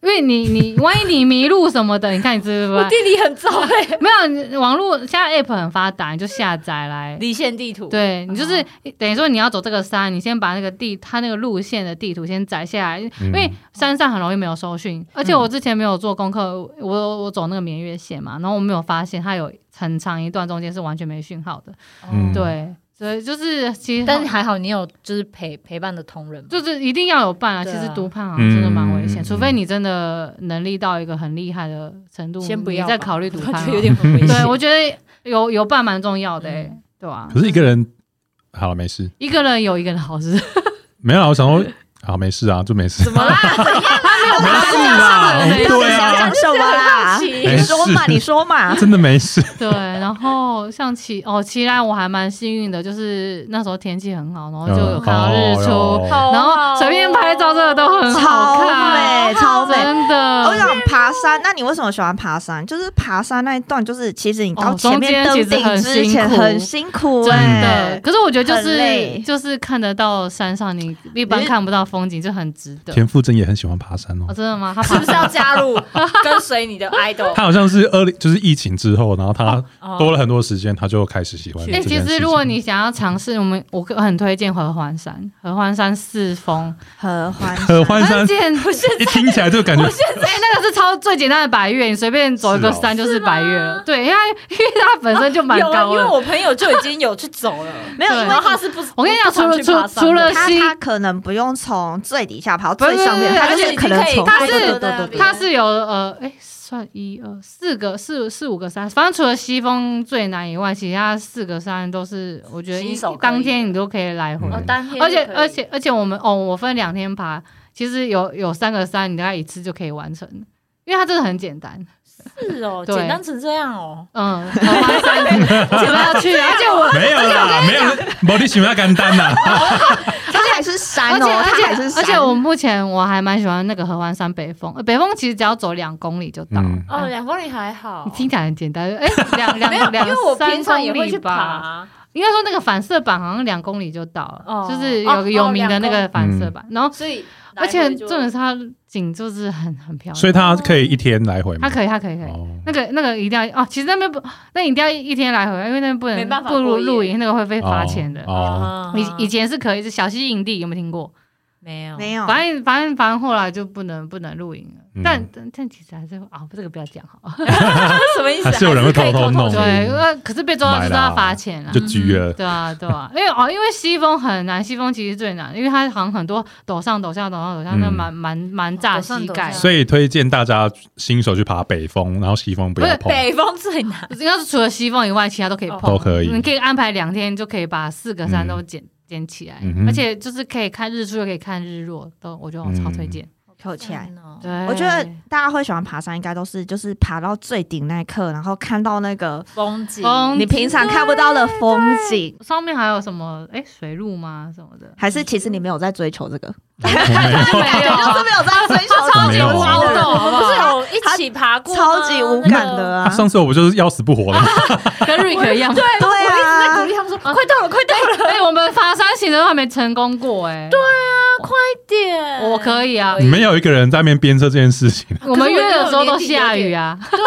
Speaker 3: 因为你你万一你迷路什么的，你看你知不知
Speaker 4: 我
Speaker 3: 道？
Speaker 4: 地理很糟哎、
Speaker 3: 没有，你网络现在 app 很发达，你就下载来。
Speaker 4: 离线地图，
Speaker 3: 对你就是
Speaker 1: 嗯
Speaker 3: 等于说你要走这个山，你先把那个地它那个路线的地图先载下
Speaker 1: 嗯
Speaker 3: 来，啊因为山上很容易没有收讯。而且我之前没有做功课，我我走那个绵月线嘛，然后我没有发现它有很长一段中间是完全没讯号的。
Speaker 1: 嗯
Speaker 3: 对，所以就是其实
Speaker 4: 但是还好你有就是陪陪伴的同仁嘛，
Speaker 3: 就是一定要有伴啊。其
Speaker 4: 对啊
Speaker 3: 实读判啊，真的蛮危险，
Speaker 1: 嗯
Speaker 3: 除非你真的能力到一个很厉害的程度，
Speaker 4: 先不要
Speaker 3: 你再
Speaker 4: 吧
Speaker 3: 考虑读
Speaker 4: 我
Speaker 3: 判
Speaker 4: 觉
Speaker 3: 啊。
Speaker 4: 得有点很危险。
Speaker 3: 对，我觉得有有伴蛮重要的、欸，
Speaker 4: 嗯
Speaker 3: 对吧、
Speaker 1: 可是一个人，好了，没事，
Speaker 3: 一个人有一个人好事，
Speaker 1: 没有啊。我想说，好，没事啊，就没事，
Speaker 4: 怎么啦？
Speaker 1: 没事啦，
Speaker 3: 没事
Speaker 1: 对
Speaker 2: 想
Speaker 1: 啊
Speaker 2: 讲，什么
Speaker 3: 哎
Speaker 2: 啦？哎
Speaker 1: 没
Speaker 2: 你说嘛，
Speaker 1: 事
Speaker 2: 你说 嘛。
Speaker 1: 真的没 事。
Speaker 3: 对。然后像奇哦，奇来我还蛮幸运的，就是那时候天气很好，然后就有看到日出，
Speaker 1: 哦
Speaker 4: 好啊
Speaker 3: 然后随便拍照真的都很好
Speaker 2: 超
Speaker 3: 看，啊
Speaker 2: 美，超美！
Speaker 3: 真的。
Speaker 2: 我想爬山，那你为什么喜欢爬山？就是爬山那一段，就是其实你到
Speaker 3: 哦中
Speaker 2: 前
Speaker 3: 间
Speaker 2: 面登顶之
Speaker 3: 其实
Speaker 2: 前
Speaker 3: 很辛苦
Speaker 2: 很辛苦，
Speaker 3: 真的
Speaker 2: 哎，
Speaker 3: 可是我觉得就
Speaker 2: 很
Speaker 3: 是
Speaker 2: 累
Speaker 3: 就是看得到山上，你一般看不到风景，就很值得。
Speaker 1: 田馥甄也很喜欢爬山哦
Speaker 3: 哦，，真的吗？他
Speaker 4: 是
Speaker 3: 爬
Speaker 4: 不是要加入跟随你的 idol？
Speaker 1: 他好像是二零，就是疫情之后，然后他
Speaker 4: 哦
Speaker 1: 多了很多时间，他就开始喜欢这
Speaker 3: 哎、
Speaker 1: 件事
Speaker 3: 其
Speaker 1: 情。
Speaker 3: 实如果你想要尝试，我们我很推荐合欢山，合欢山四峰，
Speaker 2: 合欢山
Speaker 1: 合欢山
Speaker 3: 很简单，
Speaker 1: 一听起来就 感觉
Speaker 3: 哎、那个是超最简单的百越，你随便走一个
Speaker 1: 是哦
Speaker 3: 山就是百越了。对，因为因为它本身就蛮
Speaker 4: 有啊，因
Speaker 3: 高
Speaker 4: 为
Speaker 3: 的。
Speaker 4: 我朋友就已经有去走了，
Speaker 2: 没有，
Speaker 3: 对
Speaker 2: 因
Speaker 4: 然
Speaker 2: 为
Speaker 4: 后他是不，
Speaker 3: 我跟你讲
Speaker 4: 不常去
Speaker 3: 除了
Speaker 4: 爬山的
Speaker 3: 除了
Speaker 2: 他
Speaker 3: 西
Speaker 2: 他可能不用从最底下爬到
Speaker 3: 不是
Speaker 2: 最上面，
Speaker 3: 不是
Speaker 2: 他就
Speaker 3: 而
Speaker 2: 是
Speaker 3: 且
Speaker 2: 可能
Speaker 4: 你可以
Speaker 2: 从
Speaker 3: 它是
Speaker 2: 对对对对对
Speaker 4: 它
Speaker 3: 它是有呃，哎、算一二四个四四五个山，反正除了西峰最难以外，其他四个山都是我觉得一
Speaker 4: 新手可以
Speaker 3: 当天你都可以来回。
Speaker 1: 嗯
Speaker 4: 哦，当天就
Speaker 3: 而且
Speaker 4: 可以
Speaker 3: 而且而且我们哦，我分两天爬，其实有有三个山，你大概一次就可以完成，因为它真的很简单。
Speaker 4: 是哦，
Speaker 3: 对
Speaker 4: 简单成这样哦，
Speaker 3: 嗯，合欢山 怎么要去？啊而且
Speaker 4: 啊
Speaker 3: 我
Speaker 1: 没有啦，没有，没你喜欢干单呐。
Speaker 2: 它还是山
Speaker 3: 而且
Speaker 2: 哦，
Speaker 3: 而
Speaker 2: 它还
Speaker 3: 且
Speaker 2: 是
Speaker 3: 而
Speaker 2: 山。
Speaker 3: 且我目前我还蛮喜欢那个合欢山北峰，呃北峰其实只要走两公里就到。
Speaker 1: 嗯
Speaker 4: 哦，两公里还好
Speaker 3: 你，听起来很简单，哎， 两两
Speaker 4: 没有，
Speaker 3: 两
Speaker 4: 因为我
Speaker 3: 三
Speaker 4: 平常也
Speaker 3: 公
Speaker 4: 会
Speaker 3: 里
Speaker 4: 去
Speaker 3: 吧。
Speaker 4: 爬，
Speaker 3: 应该说那个反射板好像两公里就到了，
Speaker 4: 哦
Speaker 3: 就是
Speaker 4: 哦
Speaker 3: 有个有
Speaker 4: 哦
Speaker 3: 名的那个
Speaker 4: 两
Speaker 1: 公
Speaker 3: 反
Speaker 1: 里
Speaker 3: 射板。然后，
Speaker 4: 所以
Speaker 3: 而且
Speaker 4: 这
Speaker 3: 重点是它景就是很很漂亮，
Speaker 1: 所以他可以一天来回吗？
Speaker 3: 哦它可以，它可以，可以。
Speaker 1: 哦，
Speaker 3: 那个那个一定要哦，其实那边不，那一定要一天来回，因为那边不
Speaker 4: 没
Speaker 3: 能
Speaker 4: 办法
Speaker 3: 不如
Speaker 4: 过夜
Speaker 3: 露营，那个会被罚钱的。
Speaker 1: 哦，
Speaker 3: 以以前是可以，是小溪营地有没有听过？
Speaker 4: 没有
Speaker 2: 没有，
Speaker 3: 反正反正反正后来就不能不能露营了。
Speaker 1: 嗯哦
Speaker 3: 但但但其实还是会啊，这个不要讲好了。
Speaker 4: 什么意思？
Speaker 1: 还是有人会
Speaker 4: 还是可以
Speaker 1: 偷偷弄
Speaker 3: 对，呃可是被抓到就是要罚钱啊
Speaker 1: 就。狙嗯了。
Speaker 3: 对啊，对啊，因为哦，因为西风很难，西风其实最难，因为它好像很多陡上陡下陡上陡下，那
Speaker 1: 嗯
Speaker 3: 蛮蛮蛮炸
Speaker 4: 陡上
Speaker 3: 膝
Speaker 4: 陡
Speaker 3: 盖
Speaker 2: 哦
Speaker 4: 下
Speaker 3: 的。
Speaker 1: 所以推荐大家新手去爬北峰，然后西峰不要碰，
Speaker 4: 北风最难，
Speaker 3: 应该是除了西风以外，其他都可以
Speaker 2: 哦
Speaker 3: 碰，
Speaker 1: 都可以嗯
Speaker 3: 你可以安排两天，就可以把四个山都捡、捡起来、
Speaker 1: 嗯哼
Speaker 3: 而且就是可以看日出，又可以看日落，都我觉得我超推荐、
Speaker 2: 扣起
Speaker 3: 哎
Speaker 2: 来。
Speaker 4: 对，
Speaker 3: 对，
Speaker 2: 嗯我觉得大家会喜欢爬山，应该都是就是爬到最顶那一刻，然后看到那个
Speaker 4: 风景
Speaker 3: 风
Speaker 2: 你平常看不到的风景，
Speaker 3: 上面还有什么哎、水路吗什么的，
Speaker 2: 还是其实你没有在追求这个，
Speaker 3: 没有啊
Speaker 2: 没有在追求
Speaker 1: 超级没有啊
Speaker 3: 无聊的好不好
Speaker 4: 不是有一起爬过吗，
Speaker 2: 超级无感的
Speaker 1: 啊
Speaker 2: 啊！
Speaker 1: 上次我不就是要死不活的
Speaker 3: 啊
Speaker 1: 吗？
Speaker 3: 跟瑞克一样。
Speaker 4: 那个。对，
Speaker 2: 对啊
Speaker 4: 我一直在鼓励他们说，快到了，快到了，
Speaker 3: 哎、我们爬山行程都还没成功过哎、对，
Speaker 4: 快点，
Speaker 3: 我可以啊，
Speaker 1: 你们有一个人在那边鞭策这件事情。
Speaker 3: 我们约的时候都下雨啊，
Speaker 4: 对，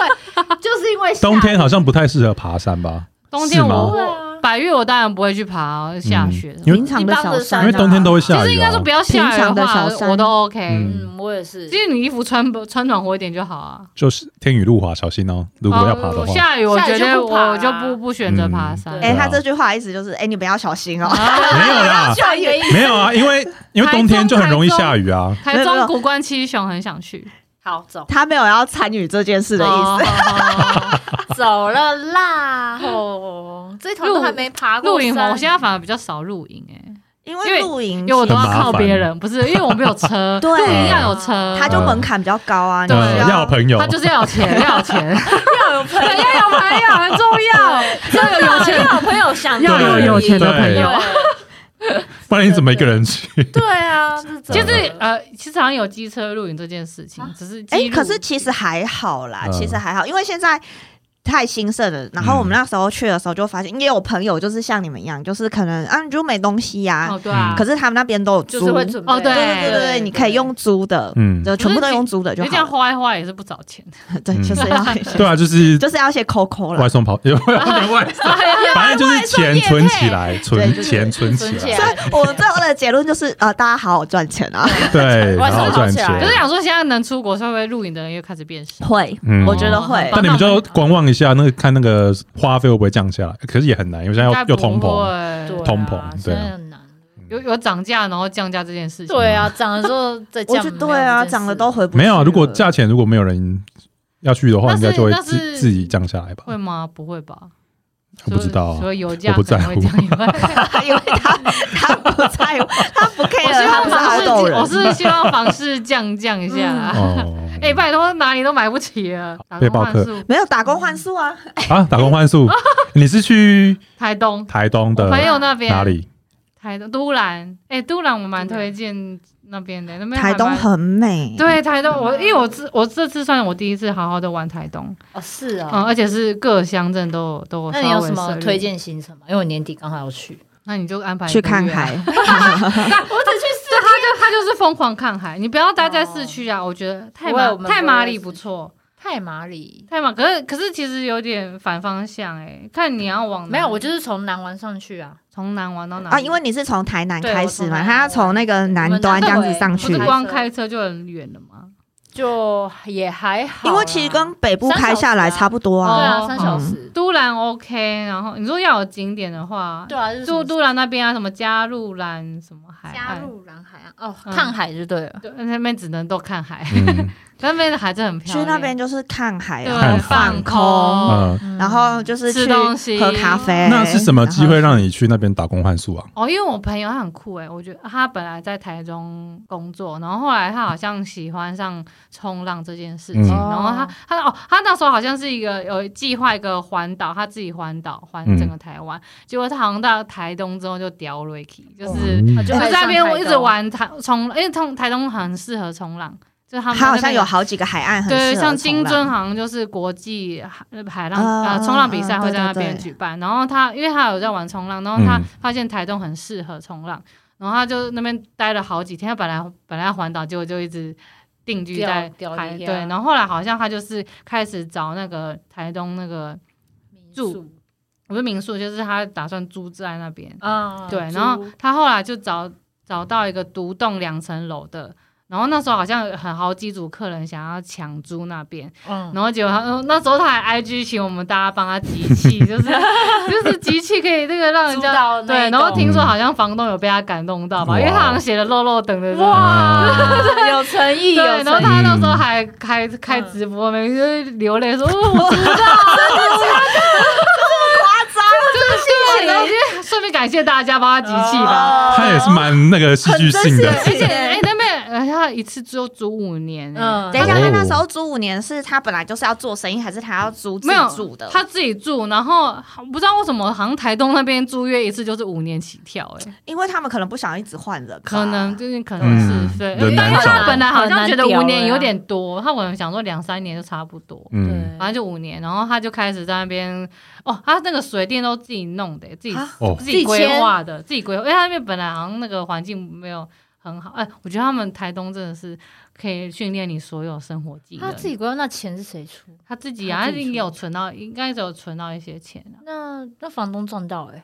Speaker 4: 就是因为
Speaker 1: 冬天好像不太适合爬山吧？
Speaker 3: 冬天
Speaker 1: 是吗嗯
Speaker 3: 我
Speaker 4: 对啊
Speaker 3: 百越我当然不会去爬，下雪的
Speaker 1: 因为
Speaker 2: 平常的小
Speaker 4: 因
Speaker 2: 山、啊，
Speaker 1: 因为冬天都会下雨、啊，
Speaker 3: 其实应该说不要下雨
Speaker 2: 平
Speaker 3: 话
Speaker 2: 常的小，山
Speaker 3: 我都 OK。
Speaker 1: 嗯
Speaker 4: 嗯，我也是
Speaker 3: 其。实你衣服穿穿暖和一点就好啊。
Speaker 1: 就是天雨路滑，小心哦。如果要爬的
Speaker 3: 哦
Speaker 1: 话，
Speaker 3: 下雨我觉
Speaker 4: 下雨
Speaker 3: 得
Speaker 4: 就不爬啊
Speaker 3: 我就不不选择爬山。
Speaker 2: 哎、
Speaker 1: 对啊
Speaker 2: 他这句话的意思就是，哎、你们要小心哦、
Speaker 1: 没 有啦，
Speaker 4: 下雨的意思
Speaker 1: 没有啊，因为因为冬天就很容易下雨啊。
Speaker 3: 台中古关七雄很想去
Speaker 4: 好走
Speaker 2: 他没有要参与这件事的意
Speaker 3: 哦
Speaker 2: 思。
Speaker 3: 思。
Speaker 4: 走了啦，哦，这头都还没爬过
Speaker 3: 露营
Speaker 4: 山
Speaker 3: 我现在反而比较少露营哎，
Speaker 2: 因
Speaker 3: 因
Speaker 2: 为
Speaker 3: 为
Speaker 2: 露营
Speaker 3: 因为我都要靠
Speaker 1: 很麻烦
Speaker 3: 别人，不是因为我没有车，
Speaker 2: 嗯对啊
Speaker 3: 露营要有车，
Speaker 2: 它就门槛比较高啊，你
Speaker 3: 对
Speaker 1: 呃，
Speaker 2: 需
Speaker 1: 要有
Speaker 2: 要
Speaker 1: 朋友，
Speaker 3: 他就是要 有钱，要有钱，
Speaker 4: 要有朋
Speaker 3: 对，
Speaker 4: 友，
Speaker 3: 要有朋友很重要，要有有钱，
Speaker 4: 要有朋友想
Speaker 3: 要有有钱的朋
Speaker 4: 对
Speaker 3: 友。
Speaker 1: 不然你怎么一个人去？
Speaker 4: 对啊，是走
Speaker 3: 就
Speaker 4: 了
Speaker 3: 是呃，其实好像有机车露营这件事
Speaker 1: 啊
Speaker 3: 情，只是
Speaker 2: 哎、
Speaker 3: 记录
Speaker 2: 可是其实还好啦，
Speaker 1: 嗯
Speaker 2: 其实还好，因为现在。太兴盛了，然后我们那时候去的时候就发现，也有朋友就是像你们一样，就是可能啊你就没东西呀、
Speaker 3: 哦对啊，
Speaker 1: 嗯
Speaker 2: 可是他们那边都有租，
Speaker 4: 就是会准备
Speaker 3: 哦对
Speaker 2: 对对对对对，你可以用租的，
Speaker 1: 嗯，
Speaker 2: 就全部都用租的
Speaker 3: 因
Speaker 2: 就
Speaker 3: 为这样
Speaker 2: 好了。
Speaker 3: 花一花也是不找钱，
Speaker 2: 对，
Speaker 1: 嗯
Speaker 2: 就是要
Speaker 1: 对啊，就是
Speaker 2: 就是要写 COCO
Speaker 3: 啊
Speaker 1: 外
Speaker 2: 了。
Speaker 1: 送跑， 外送，
Speaker 4: 啊
Speaker 1: 反正就是钱存起来，存钱存起
Speaker 4: 存起
Speaker 1: 来，
Speaker 2: 所以我们最后的结论就是，呃，大家好好赚钱啊。
Speaker 1: 对，
Speaker 4: 外
Speaker 1: 然
Speaker 4: 送
Speaker 1: 后赚
Speaker 4: 跑起来
Speaker 1: 钱
Speaker 3: 可。是想说现在能出国，会不会露营的人又开始变少？
Speaker 2: 会，
Speaker 1: 嗯
Speaker 2: 我觉得会。
Speaker 1: 但你们就观望一下，那个看那个花费会不会降下来？可是也很难，因为现在
Speaker 3: 应
Speaker 1: 要
Speaker 3: 该
Speaker 1: 又
Speaker 3: 不
Speaker 1: 通膨，
Speaker 3: 会
Speaker 1: 通膨对
Speaker 4: 真
Speaker 1: 啊
Speaker 4: 的很难。
Speaker 3: 有有涨价然后降价这件事情，
Speaker 4: 对，啊，涨的时候再
Speaker 2: 我
Speaker 4: 降
Speaker 2: 觉得，对啊，
Speaker 4: 没有这件事
Speaker 2: 涨了都回不去了
Speaker 1: 没有啊。如果价钱如果没有人要去的话，
Speaker 3: 那
Speaker 1: 应
Speaker 3: 是
Speaker 1: 该就会
Speaker 3: 那是
Speaker 1: 自自己降下来吧？
Speaker 3: 会吗？不会吧？
Speaker 1: 我不知道啊
Speaker 3: 所以所以油价
Speaker 1: 我不在
Speaker 3: 可能
Speaker 1: 乎
Speaker 3: 会降 以 外
Speaker 2: 因为他他不在乎，他不
Speaker 3: 我
Speaker 2: care，
Speaker 3: 希
Speaker 2: 他
Speaker 3: 望
Speaker 2: 不是好斗
Speaker 3: 房市，我
Speaker 2: 人。
Speaker 3: 是希望房市降降一下啦。
Speaker 1: 哦，
Speaker 3: 哎，拜托，哪里都买不起了，打
Speaker 1: 背
Speaker 3: 工
Speaker 1: 包
Speaker 3: 换
Speaker 1: 客
Speaker 3: 宿
Speaker 2: 没有打工换宿啊，
Speaker 1: 啊，打工换 宿，你是去
Speaker 3: 台东，
Speaker 1: 台东
Speaker 3: 我
Speaker 1: 的
Speaker 3: 朋友那边
Speaker 1: 哪？里？
Speaker 3: 台东都兰，哎，都兰我蛮
Speaker 4: 都兰
Speaker 3: 推荐那边的，那边还
Speaker 2: 台东
Speaker 3: 蛮
Speaker 2: 很美。，
Speaker 3: 对台东，我因为我这我这次算我第一次好好的玩台东，
Speaker 4: 哦是
Speaker 3: 嗯，
Speaker 4: 啊。
Speaker 3: 而且是各乡镇都有都有。
Speaker 4: 那你有什么推？荐行程吗？因为我年底刚好要去，
Speaker 3: 那你就安排一
Speaker 2: 去
Speaker 3: 个
Speaker 2: 看
Speaker 3: 月啊
Speaker 2: 海。
Speaker 4: 我只去
Speaker 3: 对，他就他就是疯狂看海，你不要待在市区啊！我觉得
Speaker 4: 哦
Speaker 3: 太
Speaker 4: 不会
Speaker 3: 马
Speaker 4: 我们
Speaker 3: 太
Speaker 4: 不会
Speaker 3: 马
Speaker 4: 在
Speaker 3: 里
Speaker 4: 市
Speaker 3: 不
Speaker 4: 区
Speaker 3: 错，
Speaker 4: 太麻里。
Speaker 3: 太马可是可是其实有点反方向哎、看你要往
Speaker 4: 没有，
Speaker 3: 哪里
Speaker 4: 我就是从南玩上去啊，
Speaker 3: 从南玩到南
Speaker 2: 啊，因为你是从台南
Speaker 4: 对
Speaker 2: 开始
Speaker 4: 我
Speaker 2: 嘛，
Speaker 4: 从
Speaker 2: 他要从那个南端这样子上
Speaker 3: 不
Speaker 2: 去
Speaker 3: 是
Speaker 4: 我，
Speaker 3: 光开车就很远了吗？
Speaker 4: 就也还好啦。
Speaker 2: 因为其实跟北部开下来差不多
Speaker 4: 对
Speaker 2: 啊。
Speaker 4: 啊，三小时，
Speaker 3: 都兰 OK，然后你说要有景点的话，
Speaker 4: 对啊，就是
Speaker 3: 就
Speaker 4: 什么
Speaker 3: 都兰那边啊，什么加入兰什么海
Speaker 4: 加
Speaker 3: 岸，
Speaker 4: 入蓝海岸哦，
Speaker 3: 嗯
Speaker 4: 看海就对了。
Speaker 3: 对，那边只能都看海，
Speaker 1: 嗯
Speaker 3: 但那边的海真的很漂
Speaker 2: 去
Speaker 3: 亮。
Speaker 2: 那边就是看海
Speaker 3: 对
Speaker 2: 啊，
Speaker 1: 放
Speaker 2: 放
Speaker 3: 空
Speaker 2: 空，
Speaker 1: 嗯，
Speaker 2: 然后就是去
Speaker 3: 吃东西
Speaker 2: 喝咖啡。
Speaker 1: 那是什么机会
Speaker 2: 然后？
Speaker 1: 让你去那边打工换宿啊？
Speaker 3: 哦，因为我朋友他很酷诶，我觉得他本来在台中工作，然后后来他好像喜欢上冲浪这件事情，
Speaker 1: 嗯
Speaker 3: 然后他他哦，他那时候好像是一个有计划一个环岛，他自己环岛环
Speaker 1: 嗯
Speaker 3: 整个台湾，结果他好像到台东之后就掉 r i k 就是、
Speaker 1: 嗯
Speaker 4: 我就
Speaker 3: 就
Speaker 4: 爱
Speaker 3: 在
Speaker 4: 上
Speaker 3: 那边
Speaker 4: 台
Speaker 3: 我一直
Speaker 4: 东，
Speaker 3: 玩台冲，因为冲台东很适合冲浪，就是他们
Speaker 2: 它好
Speaker 3: 那
Speaker 2: 像
Speaker 3: 边
Speaker 2: 有好几个海岸很
Speaker 3: 对，
Speaker 2: 适合
Speaker 3: 像金
Speaker 2: 冲
Speaker 3: 樽
Speaker 2: 浪
Speaker 3: 好像就是国际海海浪
Speaker 2: 啊
Speaker 3: 呃冲浪比赛
Speaker 2: 啊
Speaker 3: 会在
Speaker 2: 对
Speaker 3: 那
Speaker 2: 对
Speaker 3: 边
Speaker 2: 对
Speaker 3: 举办，然后他因为他有在玩冲浪，然后他
Speaker 1: 嗯
Speaker 3: 发现台东很适合冲浪，然后他就那边待了好几天，他本来本来要环岛，结果就一直定居
Speaker 4: 钓
Speaker 3: 在
Speaker 4: 钓
Speaker 3: 台
Speaker 4: 鱼
Speaker 3: 对，
Speaker 4: 啊
Speaker 3: 然后后来好像他就是开始找那个台东那个
Speaker 4: 民
Speaker 3: 住
Speaker 4: 宿
Speaker 3: 我说民宿，就是他打算租在那边，
Speaker 2: 哦
Speaker 4: 啊，
Speaker 3: 嗯对，
Speaker 4: 住
Speaker 3: 然后他后来就找找到一个独栋两层楼的，然后那时候好像有很好几组客人想要抢租那边。
Speaker 4: 嗯，
Speaker 3: 然后结果他，嗯，那时候他还 IG 请我们大家帮他集气，就是就是集气可以那个让人
Speaker 4: 租
Speaker 3: 家
Speaker 4: 到那
Speaker 3: 对，
Speaker 4: 一
Speaker 3: 然后
Speaker 4: 栋
Speaker 3: 听说好像房东有被他感动到吧，
Speaker 1: 哇
Speaker 3: 因为他好像写了漏漏等的时候
Speaker 1: 哇，
Speaker 4: 有诚意，
Speaker 3: 啊对，
Speaker 4: 有
Speaker 3: 然后
Speaker 4: 诚意
Speaker 3: 他那时候还开开直播，每天就流泪说，哦，我知道，真的假的，这么夸张，就是对，然后就顺便感谢大家帮他集气吧。
Speaker 4: 哦
Speaker 1: 他也是蛮那个戏剧性的
Speaker 2: 很真，
Speaker 3: 而
Speaker 2: 实
Speaker 3: 且哎，那边呃他一次只有租五年，嗯，
Speaker 4: 嗯，
Speaker 2: 等一下，
Speaker 1: 哦
Speaker 2: 他那时候租五年是他本来就是要做生意，还是他要租自
Speaker 3: 没有
Speaker 2: 己住的？
Speaker 3: 他自己住，然后不知道为什么，好像台东那边租约一次就是五年起跳、欸，
Speaker 2: 因为他们可能不想一直换人吧，
Speaker 3: 可能最近可能是、
Speaker 1: 嗯
Speaker 3: 对，
Speaker 1: 人
Speaker 3: 但
Speaker 1: 难
Speaker 3: 因为
Speaker 1: 找
Speaker 3: 他本来好像觉得五
Speaker 4: 很难
Speaker 3: 年
Speaker 4: 屌
Speaker 3: 有点多，他可能想说两三年就差不多，
Speaker 4: 啊
Speaker 1: 嗯，
Speaker 3: 反正就五年，然后他就开始在那边，哦，他那个水电都自己弄的、自己、
Speaker 2: 啊
Speaker 1: 哦
Speaker 3: 自己规划的，自己规划，因为他那边本来好像那个环境没有。很好，哎、我觉得他们台东真的是可以训练你所有生活技能。
Speaker 4: 他自己规划，那钱是谁出？
Speaker 3: 他自己啊，
Speaker 4: 他
Speaker 3: 他
Speaker 4: 自己
Speaker 3: 应该有
Speaker 4: 出
Speaker 3: 存到，应该是有存到一些钱啊。
Speaker 4: 那那房东赚到哎，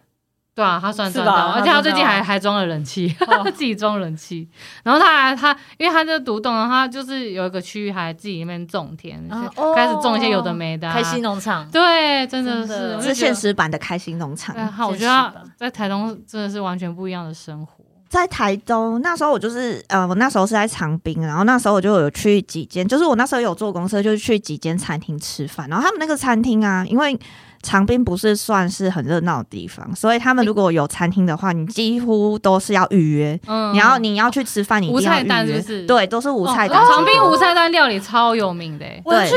Speaker 3: 对啊，他算
Speaker 4: 是
Speaker 3: 赚
Speaker 4: 吧
Speaker 3: 到，
Speaker 4: 他
Speaker 3: 而且他
Speaker 4: 赚
Speaker 3: 最近
Speaker 4: 到
Speaker 2: 啊
Speaker 3: 还还装了冷气，
Speaker 2: 哦
Speaker 3: 他 自己装冷气。然后他还他，因为他这个独栋，然后他就是有一个区域还自己那边种田，
Speaker 4: 啊
Speaker 3: 就开始种一些有的
Speaker 4: 哦
Speaker 3: 没的、
Speaker 4: 开心。农场，
Speaker 3: 啊对，真的
Speaker 4: 真的
Speaker 3: 是，我
Speaker 4: 这
Speaker 2: 这
Speaker 3: 就觉得
Speaker 2: 是现。实版的开心农场。
Speaker 3: 对啊，我
Speaker 4: 现
Speaker 3: 觉
Speaker 4: 实
Speaker 3: 得
Speaker 4: 的
Speaker 3: 在台东真的是完全不一样的生活。
Speaker 2: 在台东那时候，我就是呃，我那时候是在长滨，然后那时候我就有去几间，就是我那时候有坐公车，就是去几间餐厅吃饭。然后他们那个餐厅啊，因为长滨不是算是很热闹的地方，所以他们如果有餐厅的话，你几乎都是要预约。
Speaker 3: 嗯，
Speaker 2: 你要你要去吃饭，你一
Speaker 3: 无
Speaker 2: 定要
Speaker 3: 菜单
Speaker 2: 预
Speaker 3: 是
Speaker 2: 约。
Speaker 3: 不是？
Speaker 2: 对，都是无
Speaker 3: 哦
Speaker 2: 菜单。
Speaker 3: 长滨无菜单料理超有名的欸。
Speaker 4: 我要
Speaker 2: 对
Speaker 4: 去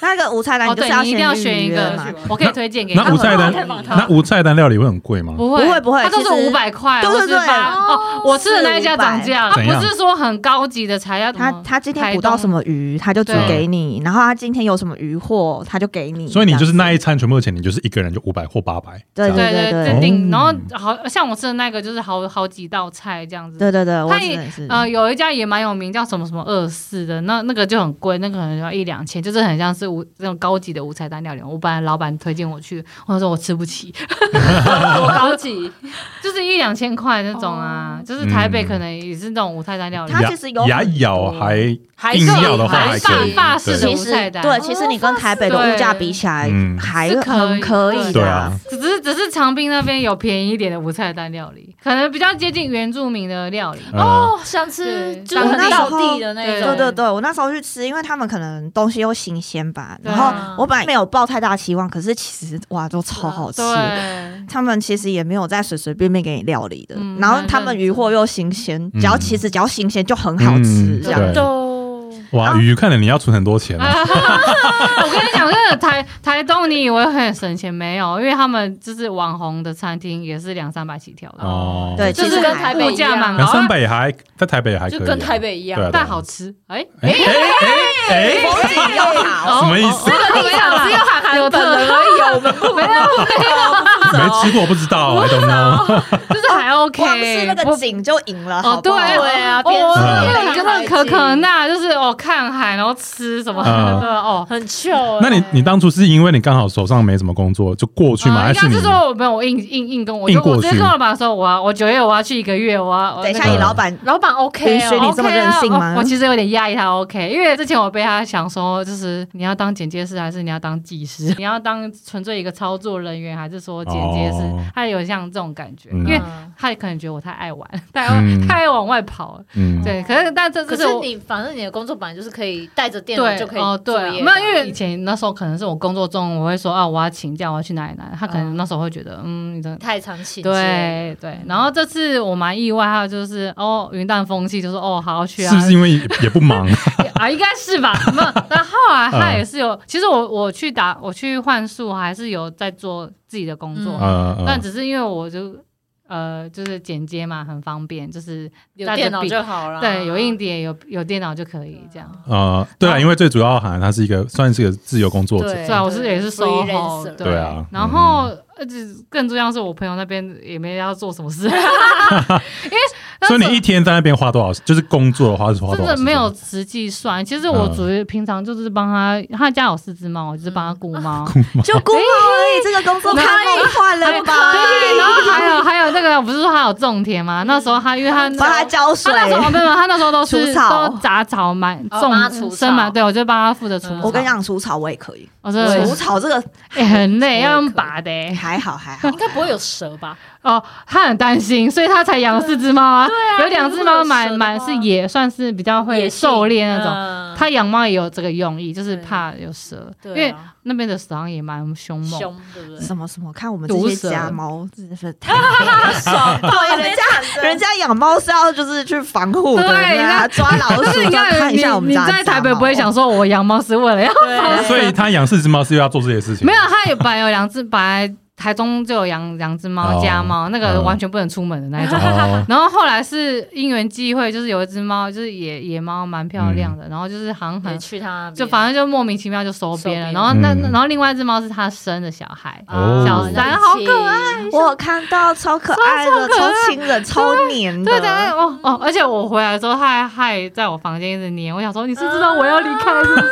Speaker 2: 那个无菜单，
Speaker 3: 哦，
Speaker 2: 你就是
Speaker 3: 对，你一定要选
Speaker 2: 先预
Speaker 3: 一
Speaker 2: 约
Speaker 3: 个
Speaker 2: 嘛。，
Speaker 3: 我可以推荐给你。
Speaker 1: 那无菜单
Speaker 3: 太棒了
Speaker 1: 那无菜单料理会很贵吗？
Speaker 3: 不
Speaker 2: 不
Speaker 3: 会
Speaker 2: 会不会
Speaker 3: 它都
Speaker 2: 其
Speaker 3: 是
Speaker 2: 实
Speaker 3: 五百块，
Speaker 2: 对对对
Speaker 3: 或是八哦，我吃的那一家涨价了，
Speaker 1: 怎
Speaker 3: 它
Speaker 1: 样
Speaker 3: 不是说很高级的才要
Speaker 2: 他他今天捕到什
Speaker 3: 么
Speaker 2: 么鱼，他就煮
Speaker 1: 对
Speaker 2: 给你；然后他今天有什么鱼货，他就给你。
Speaker 1: 所以你就是那
Speaker 2: 一
Speaker 1: 一餐全部的钱，你就是一个人就五百或八百。
Speaker 2: 对
Speaker 1: 这样
Speaker 3: 台东。对
Speaker 2: 对
Speaker 3: 对，
Speaker 1: 对
Speaker 3: 定。
Speaker 1: 哦
Speaker 3: 然后好像我吃的那个就是好好几道菜这样子。
Speaker 2: 对对对，我
Speaker 3: 他
Speaker 2: 只
Speaker 3: 也
Speaker 2: 能是
Speaker 3: 呃，有一家也蛮有名，叫什么什么二四的，那那个就很贵，那个可能要一两千，就是很像是无那种高级的无菜单料理。我本来老板推荐我去，我说我吃不起，
Speaker 4: 多高级，
Speaker 3: 就是一两千块那种啊，就是台
Speaker 1: 嗯
Speaker 3: 北可能也是那种无菜单料理。
Speaker 2: 它
Speaker 1: 哦牙
Speaker 2: 其实有很
Speaker 1: 牙咬
Speaker 2: 多
Speaker 1: 还
Speaker 4: 还
Speaker 1: 硬
Speaker 4: 是
Speaker 1: 要的话
Speaker 3: 还
Speaker 1: 还
Speaker 3: 法
Speaker 1: 可以，
Speaker 3: 法式的
Speaker 1: 对
Speaker 2: 其
Speaker 3: 无
Speaker 2: 实
Speaker 3: 菜单哦
Speaker 2: 对，其实你跟台北的物价比起来，
Speaker 1: 嗯
Speaker 2: 还
Speaker 3: 是可以
Speaker 2: 很可以
Speaker 1: 对
Speaker 2: 的
Speaker 1: 啊
Speaker 2: 啊。
Speaker 3: 只是只是长滨那边有便宜一点的无菜单料理，可能比较接近原住民的料理。
Speaker 1: 呃
Speaker 4: 哦，想吃
Speaker 3: 对
Speaker 4: 就是
Speaker 2: 我
Speaker 4: 很
Speaker 2: 那时
Speaker 4: 道
Speaker 2: 候
Speaker 4: 地的那
Speaker 2: 对
Speaker 4: 种，
Speaker 2: 对对，我那时候去吃，因为他们可能东西又新鲜吧，
Speaker 3: 对
Speaker 2: 然
Speaker 3: 啊
Speaker 2: 后我本来没有抱太大期望，可是其实哇，都超好吃。
Speaker 3: 对，啊
Speaker 2: 他们其实也没有在随随便便给你料理的，
Speaker 3: 嗯
Speaker 2: 然后他们鱼货又新鲜，
Speaker 1: 嗯
Speaker 2: 只要其实只要新鲜就很好吃，
Speaker 1: 嗯
Speaker 2: 这样。
Speaker 1: 对
Speaker 4: 都
Speaker 1: 哇，鱼看了你要存很多钱啊，
Speaker 3: 我跟你讲，真的台台东，你以为很省钱没有？因为他们就是网红的餐厅也是两三百起跳的，
Speaker 1: 哦，
Speaker 2: 对，
Speaker 4: 就
Speaker 2: 其
Speaker 4: 是
Speaker 2: 实
Speaker 4: 跟
Speaker 2: 还
Speaker 4: 台北
Speaker 3: 物价蛮
Speaker 1: 两
Speaker 3: 高，
Speaker 1: 三百还在台北还
Speaker 4: 就
Speaker 1: 可以啊，
Speaker 4: 跟台北一样
Speaker 1: 对。啊
Speaker 3: 但好吃。哎，哦
Speaker 1: 哎哎哎，
Speaker 2: 风景又好，
Speaker 1: 什么意思？
Speaker 3: 哎
Speaker 4: 这个立场只有韩寒本人而已哦，我们不没
Speaker 1: 没
Speaker 4: 有
Speaker 1: 吃过不知道，I 啊
Speaker 3: 哦
Speaker 1: don't know。
Speaker 3: 就是还 OK，
Speaker 2: 光是那个
Speaker 3: 不
Speaker 2: 景就赢了，
Speaker 3: 哦
Speaker 2: 好不好
Speaker 3: 对
Speaker 4: 对啊，
Speaker 3: 哦，
Speaker 4: 边吃
Speaker 1: 嗯
Speaker 3: 那
Speaker 4: 边
Speaker 3: 个
Speaker 4: 看
Speaker 3: 那
Speaker 4: 海
Speaker 3: 个可可
Speaker 4: 景
Speaker 3: 那，就是哦看海，然后吃什么
Speaker 1: 嗯
Speaker 3: 的哦。
Speaker 4: 很 chill 欸。
Speaker 1: 那你你当初是因为你刚好手上没什么工作，就过去吗？
Speaker 3: 呃
Speaker 1: 还
Speaker 3: 应
Speaker 1: 是
Speaker 3: 该
Speaker 1: 你
Speaker 3: 是说我没有硬硬硬跟我，
Speaker 1: 硬
Speaker 3: 就我
Speaker 1: 过
Speaker 3: 直接
Speaker 1: 去
Speaker 3: 跟我老板说，我要我九月我要去一个月，我要我
Speaker 2: 等一下，
Speaker 3: 那个
Speaker 2: 你老板
Speaker 4: 老板 OK
Speaker 2: 允许
Speaker 4: 哦
Speaker 2: 你，这么任性吗
Speaker 3: 哦我其实有点压抑他 OK，因为之前我被他想说，就是你要当剪接师还是你要当技师？ 你要当纯粹一个操作人员，还是说剪接师？
Speaker 1: 哦
Speaker 3: 他有像这种感觉，
Speaker 1: 嗯
Speaker 3: 因为
Speaker 4: 嗯
Speaker 3: 他可能觉得我太爱玩， 太、
Speaker 1: 嗯
Speaker 3: 太爱往外跑了。
Speaker 1: 嗯，
Speaker 3: 对，可是但这
Speaker 4: 可
Speaker 3: 这
Speaker 4: 是
Speaker 3: 我。
Speaker 4: 你反正你的工作本来就是可以带着电脑
Speaker 3: 对
Speaker 4: 就可以
Speaker 3: 哦，对啊，
Speaker 4: 作业
Speaker 3: 没有，因
Speaker 4: 的
Speaker 3: 为以前那时候可能是我工作中，我会说啊，我要请假，我要去哪里哪里。他可能那时候会觉得，嗯，你的
Speaker 4: 太常请假
Speaker 3: 对对，然后这次我蛮意外，还有就是哦，云淡风轻，就说哦，好好去啊，
Speaker 1: 是不是因为也也不忙？
Speaker 3: 啊，应该是吧？没有，但后
Speaker 1: 嗯
Speaker 3: 来他也是有，其实我我去打我去换宿，还是有在做自己的工作，
Speaker 1: 呃，呃
Speaker 3: 但只是因为我就呃就是剪接嘛，很方便，就是
Speaker 4: 有电脑就好了。
Speaker 3: 对有硬碟有有电脑就可以这样。
Speaker 1: 呃，对啊，因为最主要好像他是一个算是个自由工作者，
Speaker 4: 对
Speaker 3: 对啊，我是也是 s o
Speaker 4: freelancer
Speaker 1: 对啊
Speaker 3: 然后而且更重要是我朋友那边也没要做什么
Speaker 1: 哦
Speaker 3: 事，因为那
Speaker 1: 所以
Speaker 3: 时候
Speaker 1: 你一天在那边花多少？就是工作的话是花
Speaker 3: 真
Speaker 1: 多少？
Speaker 3: 的没有，实际算。其实我
Speaker 1: 嗯
Speaker 3: 主要平常就是帮他，他家有四只猫，我就是帮他顾猫。
Speaker 2: 就顾好而已，这个工作太梦幻了吧？
Speaker 3: 对，然后还有还有那个，我不是说他有种田吗？那时候他因为哦他
Speaker 2: 帮他浇
Speaker 3: 他
Speaker 2: 水。
Speaker 3: 啊那时候没有，他那时候都是
Speaker 2: 除草
Speaker 3: 都杂草买
Speaker 4: 哦帮他除
Speaker 3: 种
Speaker 4: 草
Speaker 3: 生嘛，对我就帮他负责除草。
Speaker 2: 我跟你，讲，除草我也可以，
Speaker 3: 我真
Speaker 4: 对
Speaker 2: 除
Speaker 3: 的
Speaker 2: 草这个哎
Speaker 3: 欸很累，
Speaker 4: 我也
Speaker 3: 要用
Speaker 4: 可以
Speaker 3: 拔的欸。
Speaker 2: 还好还 好
Speaker 4: 应，该不会有蛇吧？
Speaker 3: 哦，他很担心，所以他才养了四只猫啊。对
Speaker 4: 啊
Speaker 3: 有两只猫
Speaker 4: 如
Speaker 3: 买
Speaker 4: 果有蛇的
Speaker 3: 买
Speaker 4: 话
Speaker 3: 是野，算是比较会
Speaker 4: 野性
Speaker 3: 狩猎那种。
Speaker 4: 嗯
Speaker 3: 他养猫也有这个用意，就是
Speaker 4: 对
Speaker 3: 怕有蛇，因
Speaker 4: 对
Speaker 3: 为
Speaker 4: 啊
Speaker 3: 那边的蛇好像也蛮凶猛的。
Speaker 4: 凶对不对？
Speaker 2: 什么什么，看我们这
Speaker 3: 毒
Speaker 2: 些
Speaker 3: 蛇
Speaker 2: 家猫真的是太
Speaker 4: 爽
Speaker 2: 对，人家 人家养猫是要就是去防护的，
Speaker 3: 对
Speaker 2: 啊，
Speaker 3: 那
Speaker 2: 抓老鼠，
Speaker 3: 但是你
Speaker 2: 要看一下我们
Speaker 3: 看，你你
Speaker 2: 家的
Speaker 3: 在
Speaker 2: 家
Speaker 3: 台北不会
Speaker 2: 猫
Speaker 3: 想说，我养猫是为了要
Speaker 4: 对
Speaker 1: 所以他养四只猫是要做这些事情，
Speaker 3: 没有，他也本来有两只，本来台中就有养两只猫
Speaker 1: 哦
Speaker 3: 家猫，那个
Speaker 1: 嗯
Speaker 3: 完全不能出门的那一种。
Speaker 1: 哦。
Speaker 3: 然后后来是因缘际会，就是有一只猫，就是野野猫，蛮漂亮
Speaker 1: 嗯
Speaker 3: 的。然后就是好像
Speaker 4: 也
Speaker 3: 很，
Speaker 4: 去他那边
Speaker 3: 就反正就莫名其妙就收编了。
Speaker 4: 收编
Speaker 3: 然后那、
Speaker 1: 嗯
Speaker 3: 然后另外一只猫是他生的小孩，
Speaker 1: 哦
Speaker 3: 小三好可
Speaker 4: 爱，
Speaker 2: 我有看到超可爱的，
Speaker 3: 超可
Speaker 2: 超
Speaker 3: 爱
Speaker 2: 亲人，超黏的。
Speaker 3: 对的哦哦。而且我回来的时候，他还他也在我 房间一直黏。我想说，你是知道我要离开是不是，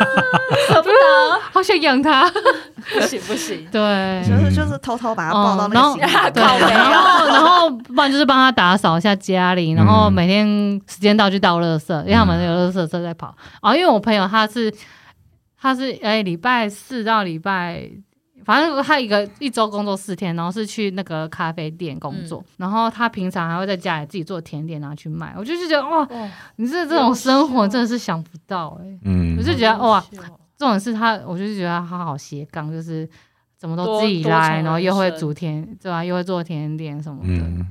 Speaker 4: 舍不得。
Speaker 3: 好想养它。
Speaker 4: 不行不行，
Speaker 3: 对，
Speaker 2: 就是就是偷偷把它抱到那
Speaker 3: 哦然后
Speaker 2: 个 行李。
Speaker 3: 对，
Speaker 4: 靠北啊
Speaker 3: 然后然后不然就是帮他打扫一下家里，然后每天时间到就倒垃圾，因为他们有垃圾车在跑。啊，因为我朋友他是他是哎礼拜四到礼拜。反正他一个一周工作四天，然后是去那个咖啡店工作，然后他平常还会在家里自己做甜点拿去卖，我就是觉得哇，
Speaker 4: 哦
Speaker 3: 你这这种生活真的是想不到哎、
Speaker 1: 嗯
Speaker 3: 我，就觉得哇，，
Speaker 4: 哦
Speaker 3: 这种事他，我就是觉得他好斜杠，就是怎么都自己
Speaker 4: 多多重
Speaker 3: 来，然后又会
Speaker 4: 人生
Speaker 3: 煮甜，对吧、又会做甜点什么的。
Speaker 1: 嗯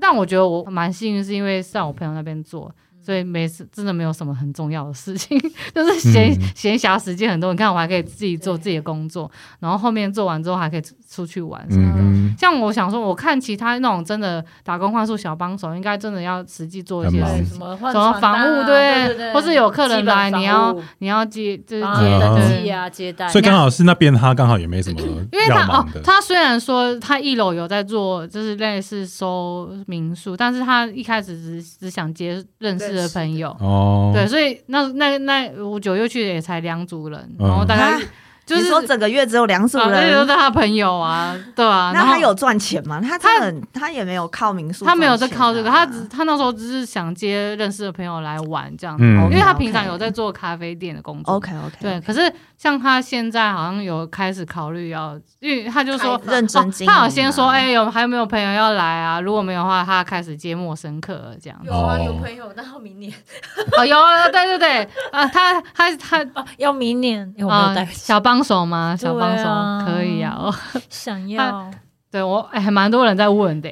Speaker 3: 但我觉得我蛮幸运，是因为在我朋友那边做，
Speaker 4: 嗯
Speaker 3: 所以每次真的没有什么很重要的 事情，就是闲、
Speaker 1: 嗯
Speaker 3: 闲暇时间很多。你看，我还可以自己做
Speaker 4: 对
Speaker 3: 自己的工作，然后后面做完之后还可以出出去玩。
Speaker 1: 嗯哼，
Speaker 3: 像我想说，我看其他那种真的打工换宿小帮手，应该真的要实际做一些
Speaker 1: 很忙
Speaker 3: 事
Speaker 4: 对
Speaker 3: 情
Speaker 4: 什。么换
Speaker 3: 嗯什么
Speaker 4: 床单
Speaker 3: 房
Speaker 4: 啊
Speaker 3: 务
Speaker 4: 对对
Speaker 3: 对
Speaker 4: 对，
Speaker 3: 或是有客人来你要你要接就是接
Speaker 1: 啊
Speaker 3: 对
Speaker 4: 登记啊接待，
Speaker 1: 所以刚好是那边他刚好也没什么
Speaker 3: 因为
Speaker 1: 要
Speaker 3: 他哦
Speaker 1: 忙，的，
Speaker 3: 他虽然说他一楼有在做，就是类似收民宿，但是他一开始只只想接认识的朋友，
Speaker 1: 哦，
Speaker 3: 对，所以那那那我九月去也才两组人，
Speaker 1: 嗯
Speaker 3: 然后大
Speaker 2: 啊
Speaker 3: 概就
Speaker 2: 你
Speaker 3: 是
Speaker 2: 说整个月只有两组
Speaker 3: 啊那都
Speaker 2: 人
Speaker 3: 是，他朋友啊，对啊，
Speaker 2: 那
Speaker 3: 然后
Speaker 2: 他有赚钱吗？他真的很他也没有靠民宿
Speaker 3: 他
Speaker 2: 赚钱啊，
Speaker 3: 没有在靠这个，他只他那时候只是想接认识的朋友来玩这样，
Speaker 1: 嗯
Speaker 3: 因为他平
Speaker 2: OK，OK
Speaker 3: 常有在做咖啡店的工作，
Speaker 2: OK OK
Speaker 3: 对，可是像他现在好像有开始考虑要，因为他就说
Speaker 4: 开。
Speaker 2: 认真经营
Speaker 3: 哦
Speaker 2: 啊。
Speaker 3: 他好先说，哎、有还有没有朋友要来啊？如果没有的话，他开始接陌生客了这样。
Speaker 4: 有啊有
Speaker 1: 哦
Speaker 4: 朋友，那要明 年
Speaker 3: 哦，有啊，对对对，啊，他 他他
Speaker 4: 啊要明年有没
Speaker 3: 啊、
Speaker 4: 有带
Speaker 3: 小帮手吗？
Speaker 4: 对啊
Speaker 3: 小帮手、可以啊。哦、
Speaker 4: 想要？
Speaker 3: 对我哎，还、蛮多人在问的、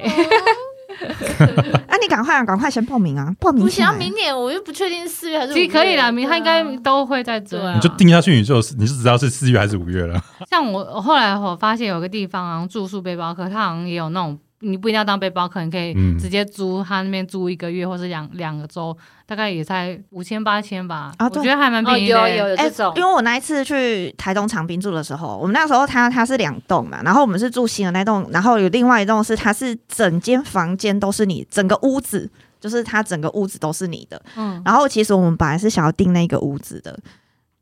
Speaker 2: 啊，你赶快啊赶快先报名啊，报名
Speaker 4: 不
Speaker 2: 起
Speaker 4: 行，
Speaker 2: 来
Speaker 4: 要明年我又不确定四月还是五
Speaker 3: 其
Speaker 4: 月
Speaker 3: 实可以啦，明
Speaker 4: 对啊
Speaker 3: 他应该都会在这
Speaker 4: 对。啊
Speaker 1: 你就定下去，你就你就知道是四月还是五月了。
Speaker 3: 像我我后来我发现有个地方，好像住宿背包客，他好像也有那种，你不一定要当背包客，你可以
Speaker 1: 嗯
Speaker 3: 直接租他那边租一个月或是两两个周，大概也才五千八千吧，
Speaker 2: 啊
Speaker 3: 我
Speaker 2: 对
Speaker 3: 觉得还蛮
Speaker 4: 哦
Speaker 3: 便宜的、欸
Speaker 4: 有有有这种
Speaker 2: 哎因为我那一次去台东长滨住的时候，我们那时候他他是两栋嘛，然后我们是住新的那栋，然后有另外一栋是它是整间房间都是你，整个屋子就是它整个屋子都是你的。
Speaker 3: 嗯，
Speaker 2: 然后其实我们本来是想要订那个屋子的，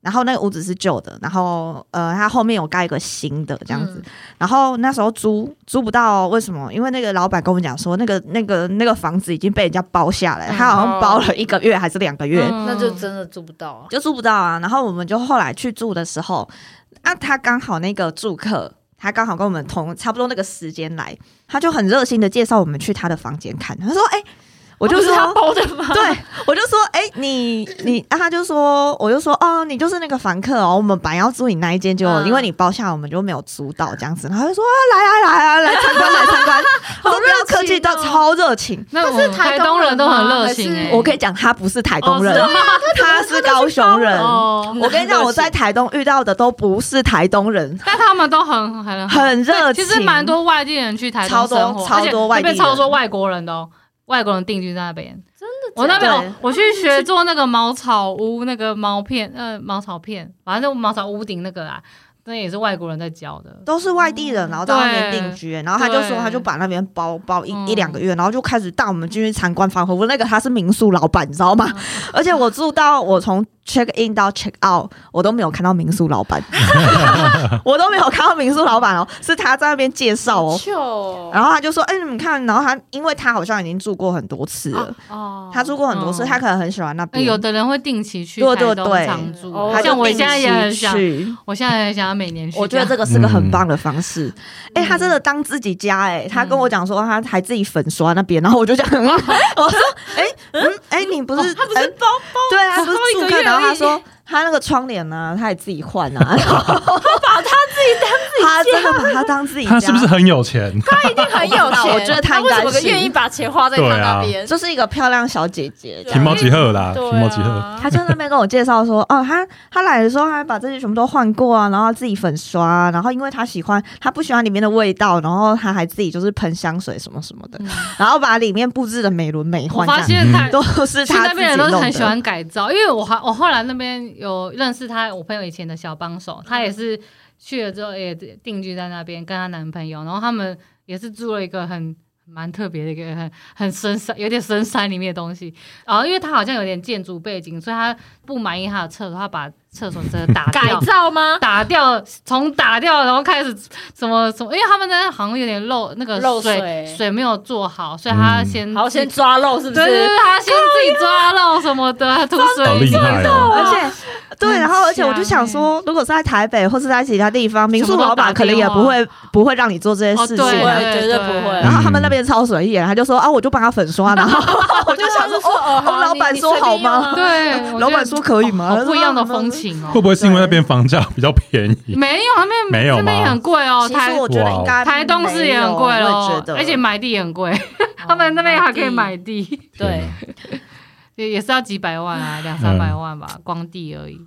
Speaker 2: 然后那个屋子是旧的，然后呃它后面有盖一个新的这样子，
Speaker 4: 嗯
Speaker 2: 然后那时候租租不到，为什么？因为那个老板跟我们讲说，那个那个那个房子已经被人家包下来，他好
Speaker 4: 嗯
Speaker 2: 像包了一个月还是两个月，
Speaker 3: 嗯
Speaker 4: 那就真的做不到啊。
Speaker 2: 就住不到啊。然后我们就后来去住的时候，啊，他刚好那个住客，他刚好跟我们同差不多那个时间来，他就很热心的介绍我们去他的房间看。他说：“哎、我 就
Speaker 4: 不
Speaker 2: 说
Speaker 4: 哦是，他包的吗？
Speaker 2: 对，我就说，哎、你你、啊，他就说，我就说，哦，你就是那个房客哦，我们本来要租你那一间，结果
Speaker 4: 嗯
Speaker 2: 因为你包下，我们就没有租到这样子。然后他就说，啊，来啊来啊来参观来 参观，我说不要客气，
Speaker 4: 热情
Speaker 2: 到
Speaker 4: 哦
Speaker 2: 超热情。
Speaker 3: 那我
Speaker 4: 是
Speaker 3: 们
Speaker 4: 台
Speaker 3: 台
Speaker 4: 东
Speaker 3: 东
Speaker 4: 人
Speaker 3: 人都很
Speaker 4: 吗
Speaker 3: 热
Speaker 4: 还
Speaker 3: 情
Speaker 4: 是
Speaker 3: 哎、
Speaker 2: 我跟你讲，他不是台
Speaker 3: 哦
Speaker 2: 东
Speaker 3: 是
Speaker 2: 人，
Speaker 3: 啊
Speaker 2: 他是高雄人。
Speaker 3: 哦，
Speaker 2: 我跟你讲，我在台东遇到的都不是台东人，
Speaker 3: 但他们都很很
Speaker 2: 很热
Speaker 3: 其
Speaker 2: 情，
Speaker 3: 实蛮多外地人去台
Speaker 2: 超
Speaker 3: 东
Speaker 2: 多
Speaker 3: 生活，
Speaker 2: 超
Speaker 3: 而且
Speaker 2: 多外
Speaker 3: 那边
Speaker 2: 地人
Speaker 3: 超多外国人的哦，外国人定居在那边。
Speaker 4: 真的
Speaker 3: 我那边
Speaker 4: 假
Speaker 2: 对
Speaker 3: 有我去学做那个茅草屋，那个毛片，呃，茅草片，反正茅草屋顶那个啦，那也是外国人在教的。
Speaker 2: 都是外地人，然后到那边定居、然后他就说
Speaker 3: 哦对
Speaker 2: 他就把那边包包一
Speaker 3: 嗯
Speaker 2: 一两个月，然后就开始带我们进去参观防火屋。那个他是民宿老板，你知道吗？
Speaker 3: 嗯
Speaker 2: 而且我住到我从 check in 到 check out，我都没有看到民宿老 板，我都没有看到民宿老板哦，是他在那边介绍哦。
Speaker 4: 就
Speaker 2: 然后他就说：“哎、你们看，然后他因为他好像已经住过很多次了，
Speaker 3: 哦
Speaker 2: 他住过很多次，
Speaker 3: 嗯
Speaker 2: 他可能很喜欢那
Speaker 3: 那
Speaker 2: 边。
Speaker 3: 有的人会定期去
Speaker 2: 对
Speaker 3: 台
Speaker 2: 对
Speaker 3: 东
Speaker 2: 对
Speaker 3: 常住
Speaker 4: 哦，
Speaker 2: 他就
Speaker 3: 像我
Speaker 2: 定
Speaker 3: 现在也很
Speaker 2: 期
Speaker 3: 想，
Speaker 2: 去
Speaker 3: 我现在也想要每 年去样。
Speaker 2: 我觉得这个是个很棒的方式。哎、他真的当自己家哎、他跟我讲说他还自己粉刷那边，然后我就讲，嗯 我说哎、嗯哎、你不是、
Speaker 4: 他不
Speaker 2: 哎
Speaker 4: 是包包，
Speaker 2: 对啊，他不是
Speaker 4: 一
Speaker 2: 住
Speaker 4: 个
Speaker 2: 客，
Speaker 4: 月
Speaker 2: 然后
Speaker 4: 而
Speaker 2: 他
Speaker 4: 已
Speaker 2: 说他那个窗帘呢、他也自己换啊，他把他自己当自己，他真的 把他当自己家，
Speaker 1: 他是不是很有钱？
Speaker 4: 他一定很有
Speaker 2: 我
Speaker 4: 钱。
Speaker 2: 觉得他
Speaker 4: 他
Speaker 2: 应
Speaker 4: 为
Speaker 2: 该
Speaker 4: 什么
Speaker 2: 是
Speaker 4: 愿意把钱花在他
Speaker 1: 对啊
Speaker 4: 那边？
Speaker 2: 就是一个漂亮小姐姐？
Speaker 1: 天猫集合啦，
Speaker 4: 对啊
Speaker 1: 天猫集合，
Speaker 2: 他就在那边跟我介绍说，哦，他他来的时候，他还把这些全部都换过啊，然后自己粉刷、啊，然后因为他喜欢，他不喜欢里面的味道，然后他还自己就是喷香水什么什么的，
Speaker 3: 嗯
Speaker 2: 然后把里面布置的美轮美
Speaker 3: 我
Speaker 2: 奂，
Speaker 3: 发
Speaker 2: 这样
Speaker 3: 现台
Speaker 2: 都是
Speaker 3: 去
Speaker 2: 他
Speaker 3: 那
Speaker 2: 自己
Speaker 3: 边人都是
Speaker 2: 弄
Speaker 3: 很
Speaker 2: 的
Speaker 3: 喜欢改造，因为我还我后来那边有认识他，我朋友以前的小帮手，他也是去了之后也定居在那边，跟她男朋友，然后他们也是住了一个很。蛮特别的一个很很深山，有点深山里面的东西。然、后因为他好像有点建筑背景，所以他不满意他的厕所，他把厕所真的打
Speaker 4: 改
Speaker 3: 掉。
Speaker 4: 造吗？
Speaker 3: 打掉，从打掉，然后开始什么什么，因为他们那好像有点漏那个
Speaker 4: 漏
Speaker 3: 水
Speaker 4: 水
Speaker 3: 没有做好，所以他
Speaker 1: 嗯
Speaker 3: 先
Speaker 4: 好，先
Speaker 3: 自己
Speaker 4: 抓漏是不
Speaker 3: 对对
Speaker 4: 是？
Speaker 3: 对，他先自己抓漏什么的，吐
Speaker 1: 好
Speaker 3: 水
Speaker 1: 厉害哦！
Speaker 2: 而且对，然后而且我就想
Speaker 3: 欸
Speaker 2: 说，如果是在台北或是在其他地方，民宿老板可能也不会不会让你做这些事情
Speaker 3: 哦对
Speaker 2: 啊。
Speaker 4: 我绝对不会
Speaker 2: 然后他们那边超随意，他就说啊，我就帮他粉刷，然后我就想说，
Speaker 4: 说，哦
Speaker 2: 哦老板说好吗？
Speaker 3: 对，我
Speaker 2: 老
Speaker 3: 觉
Speaker 2: 板
Speaker 3: 得
Speaker 2: 说可以吗？
Speaker 3: 好
Speaker 2: 他说
Speaker 3: 不一样的风。情
Speaker 1: 会
Speaker 3: 哦。
Speaker 1: 不会是因为那边房价比较便宜？
Speaker 3: 没有，那边
Speaker 1: 没有
Speaker 3: 那边也
Speaker 1: 吗
Speaker 3: 很贵
Speaker 2: 啊
Speaker 3: 哦。
Speaker 2: 其实
Speaker 3: 台
Speaker 2: 我觉得应该
Speaker 3: 台东是也很贵
Speaker 2: 没有我也
Speaker 3: 哦
Speaker 2: 觉，得哦
Speaker 3: 而且买地也很贵，他们那边还可以买地，
Speaker 1: 天
Speaker 4: 对
Speaker 1: 哪，
Speaker 3: 也 也是要几百万啊，两三
Speaker 2: 嗯
Speaker 3: 百万吧，光地而已。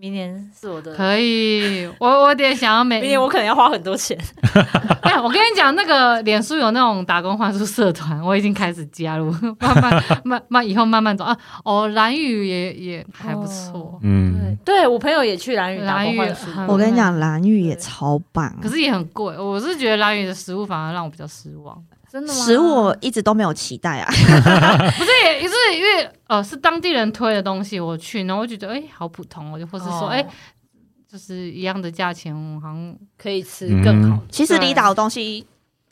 Speaker 4: 明年是我的，
Speaker 3: 可以，我我得想要每
Speaker 4: 明年我可能要花很多钱。
Speaker 3: 哎，我跟你讲，那个脸书有那种打工换宿社团，我已经开始加入， 慢慢慢慢以后慢慢走啊。哦，蓝雨也也还不
Speaker 4: 哦
Speaker 3: 错，
Speaker 1: 嗯，
Speaker 4: 对我朋友也去蓝屿打工换宿，
Speaker 3: 蓝屿
Speaker 2: 我跟你讲，蓝玉也超棒，
Speaker 3: 可是也很贵。我是觉得蓝雨的食物反而让我比较失望，
Speaker 4: 真的吗？
Speaker 2: 食物我一直都没有期待啊。
Speaker 3: 不是也也是因为呃是当地人推的东西，我去，然后我就觉得哎、好普通哦，就或是说
Speaker 4: 哦
Speaker 3: 哎、就是一样的价钱，好像
Speaker 4: 可以吃更好，
Speaker 2: 其实离岛的东西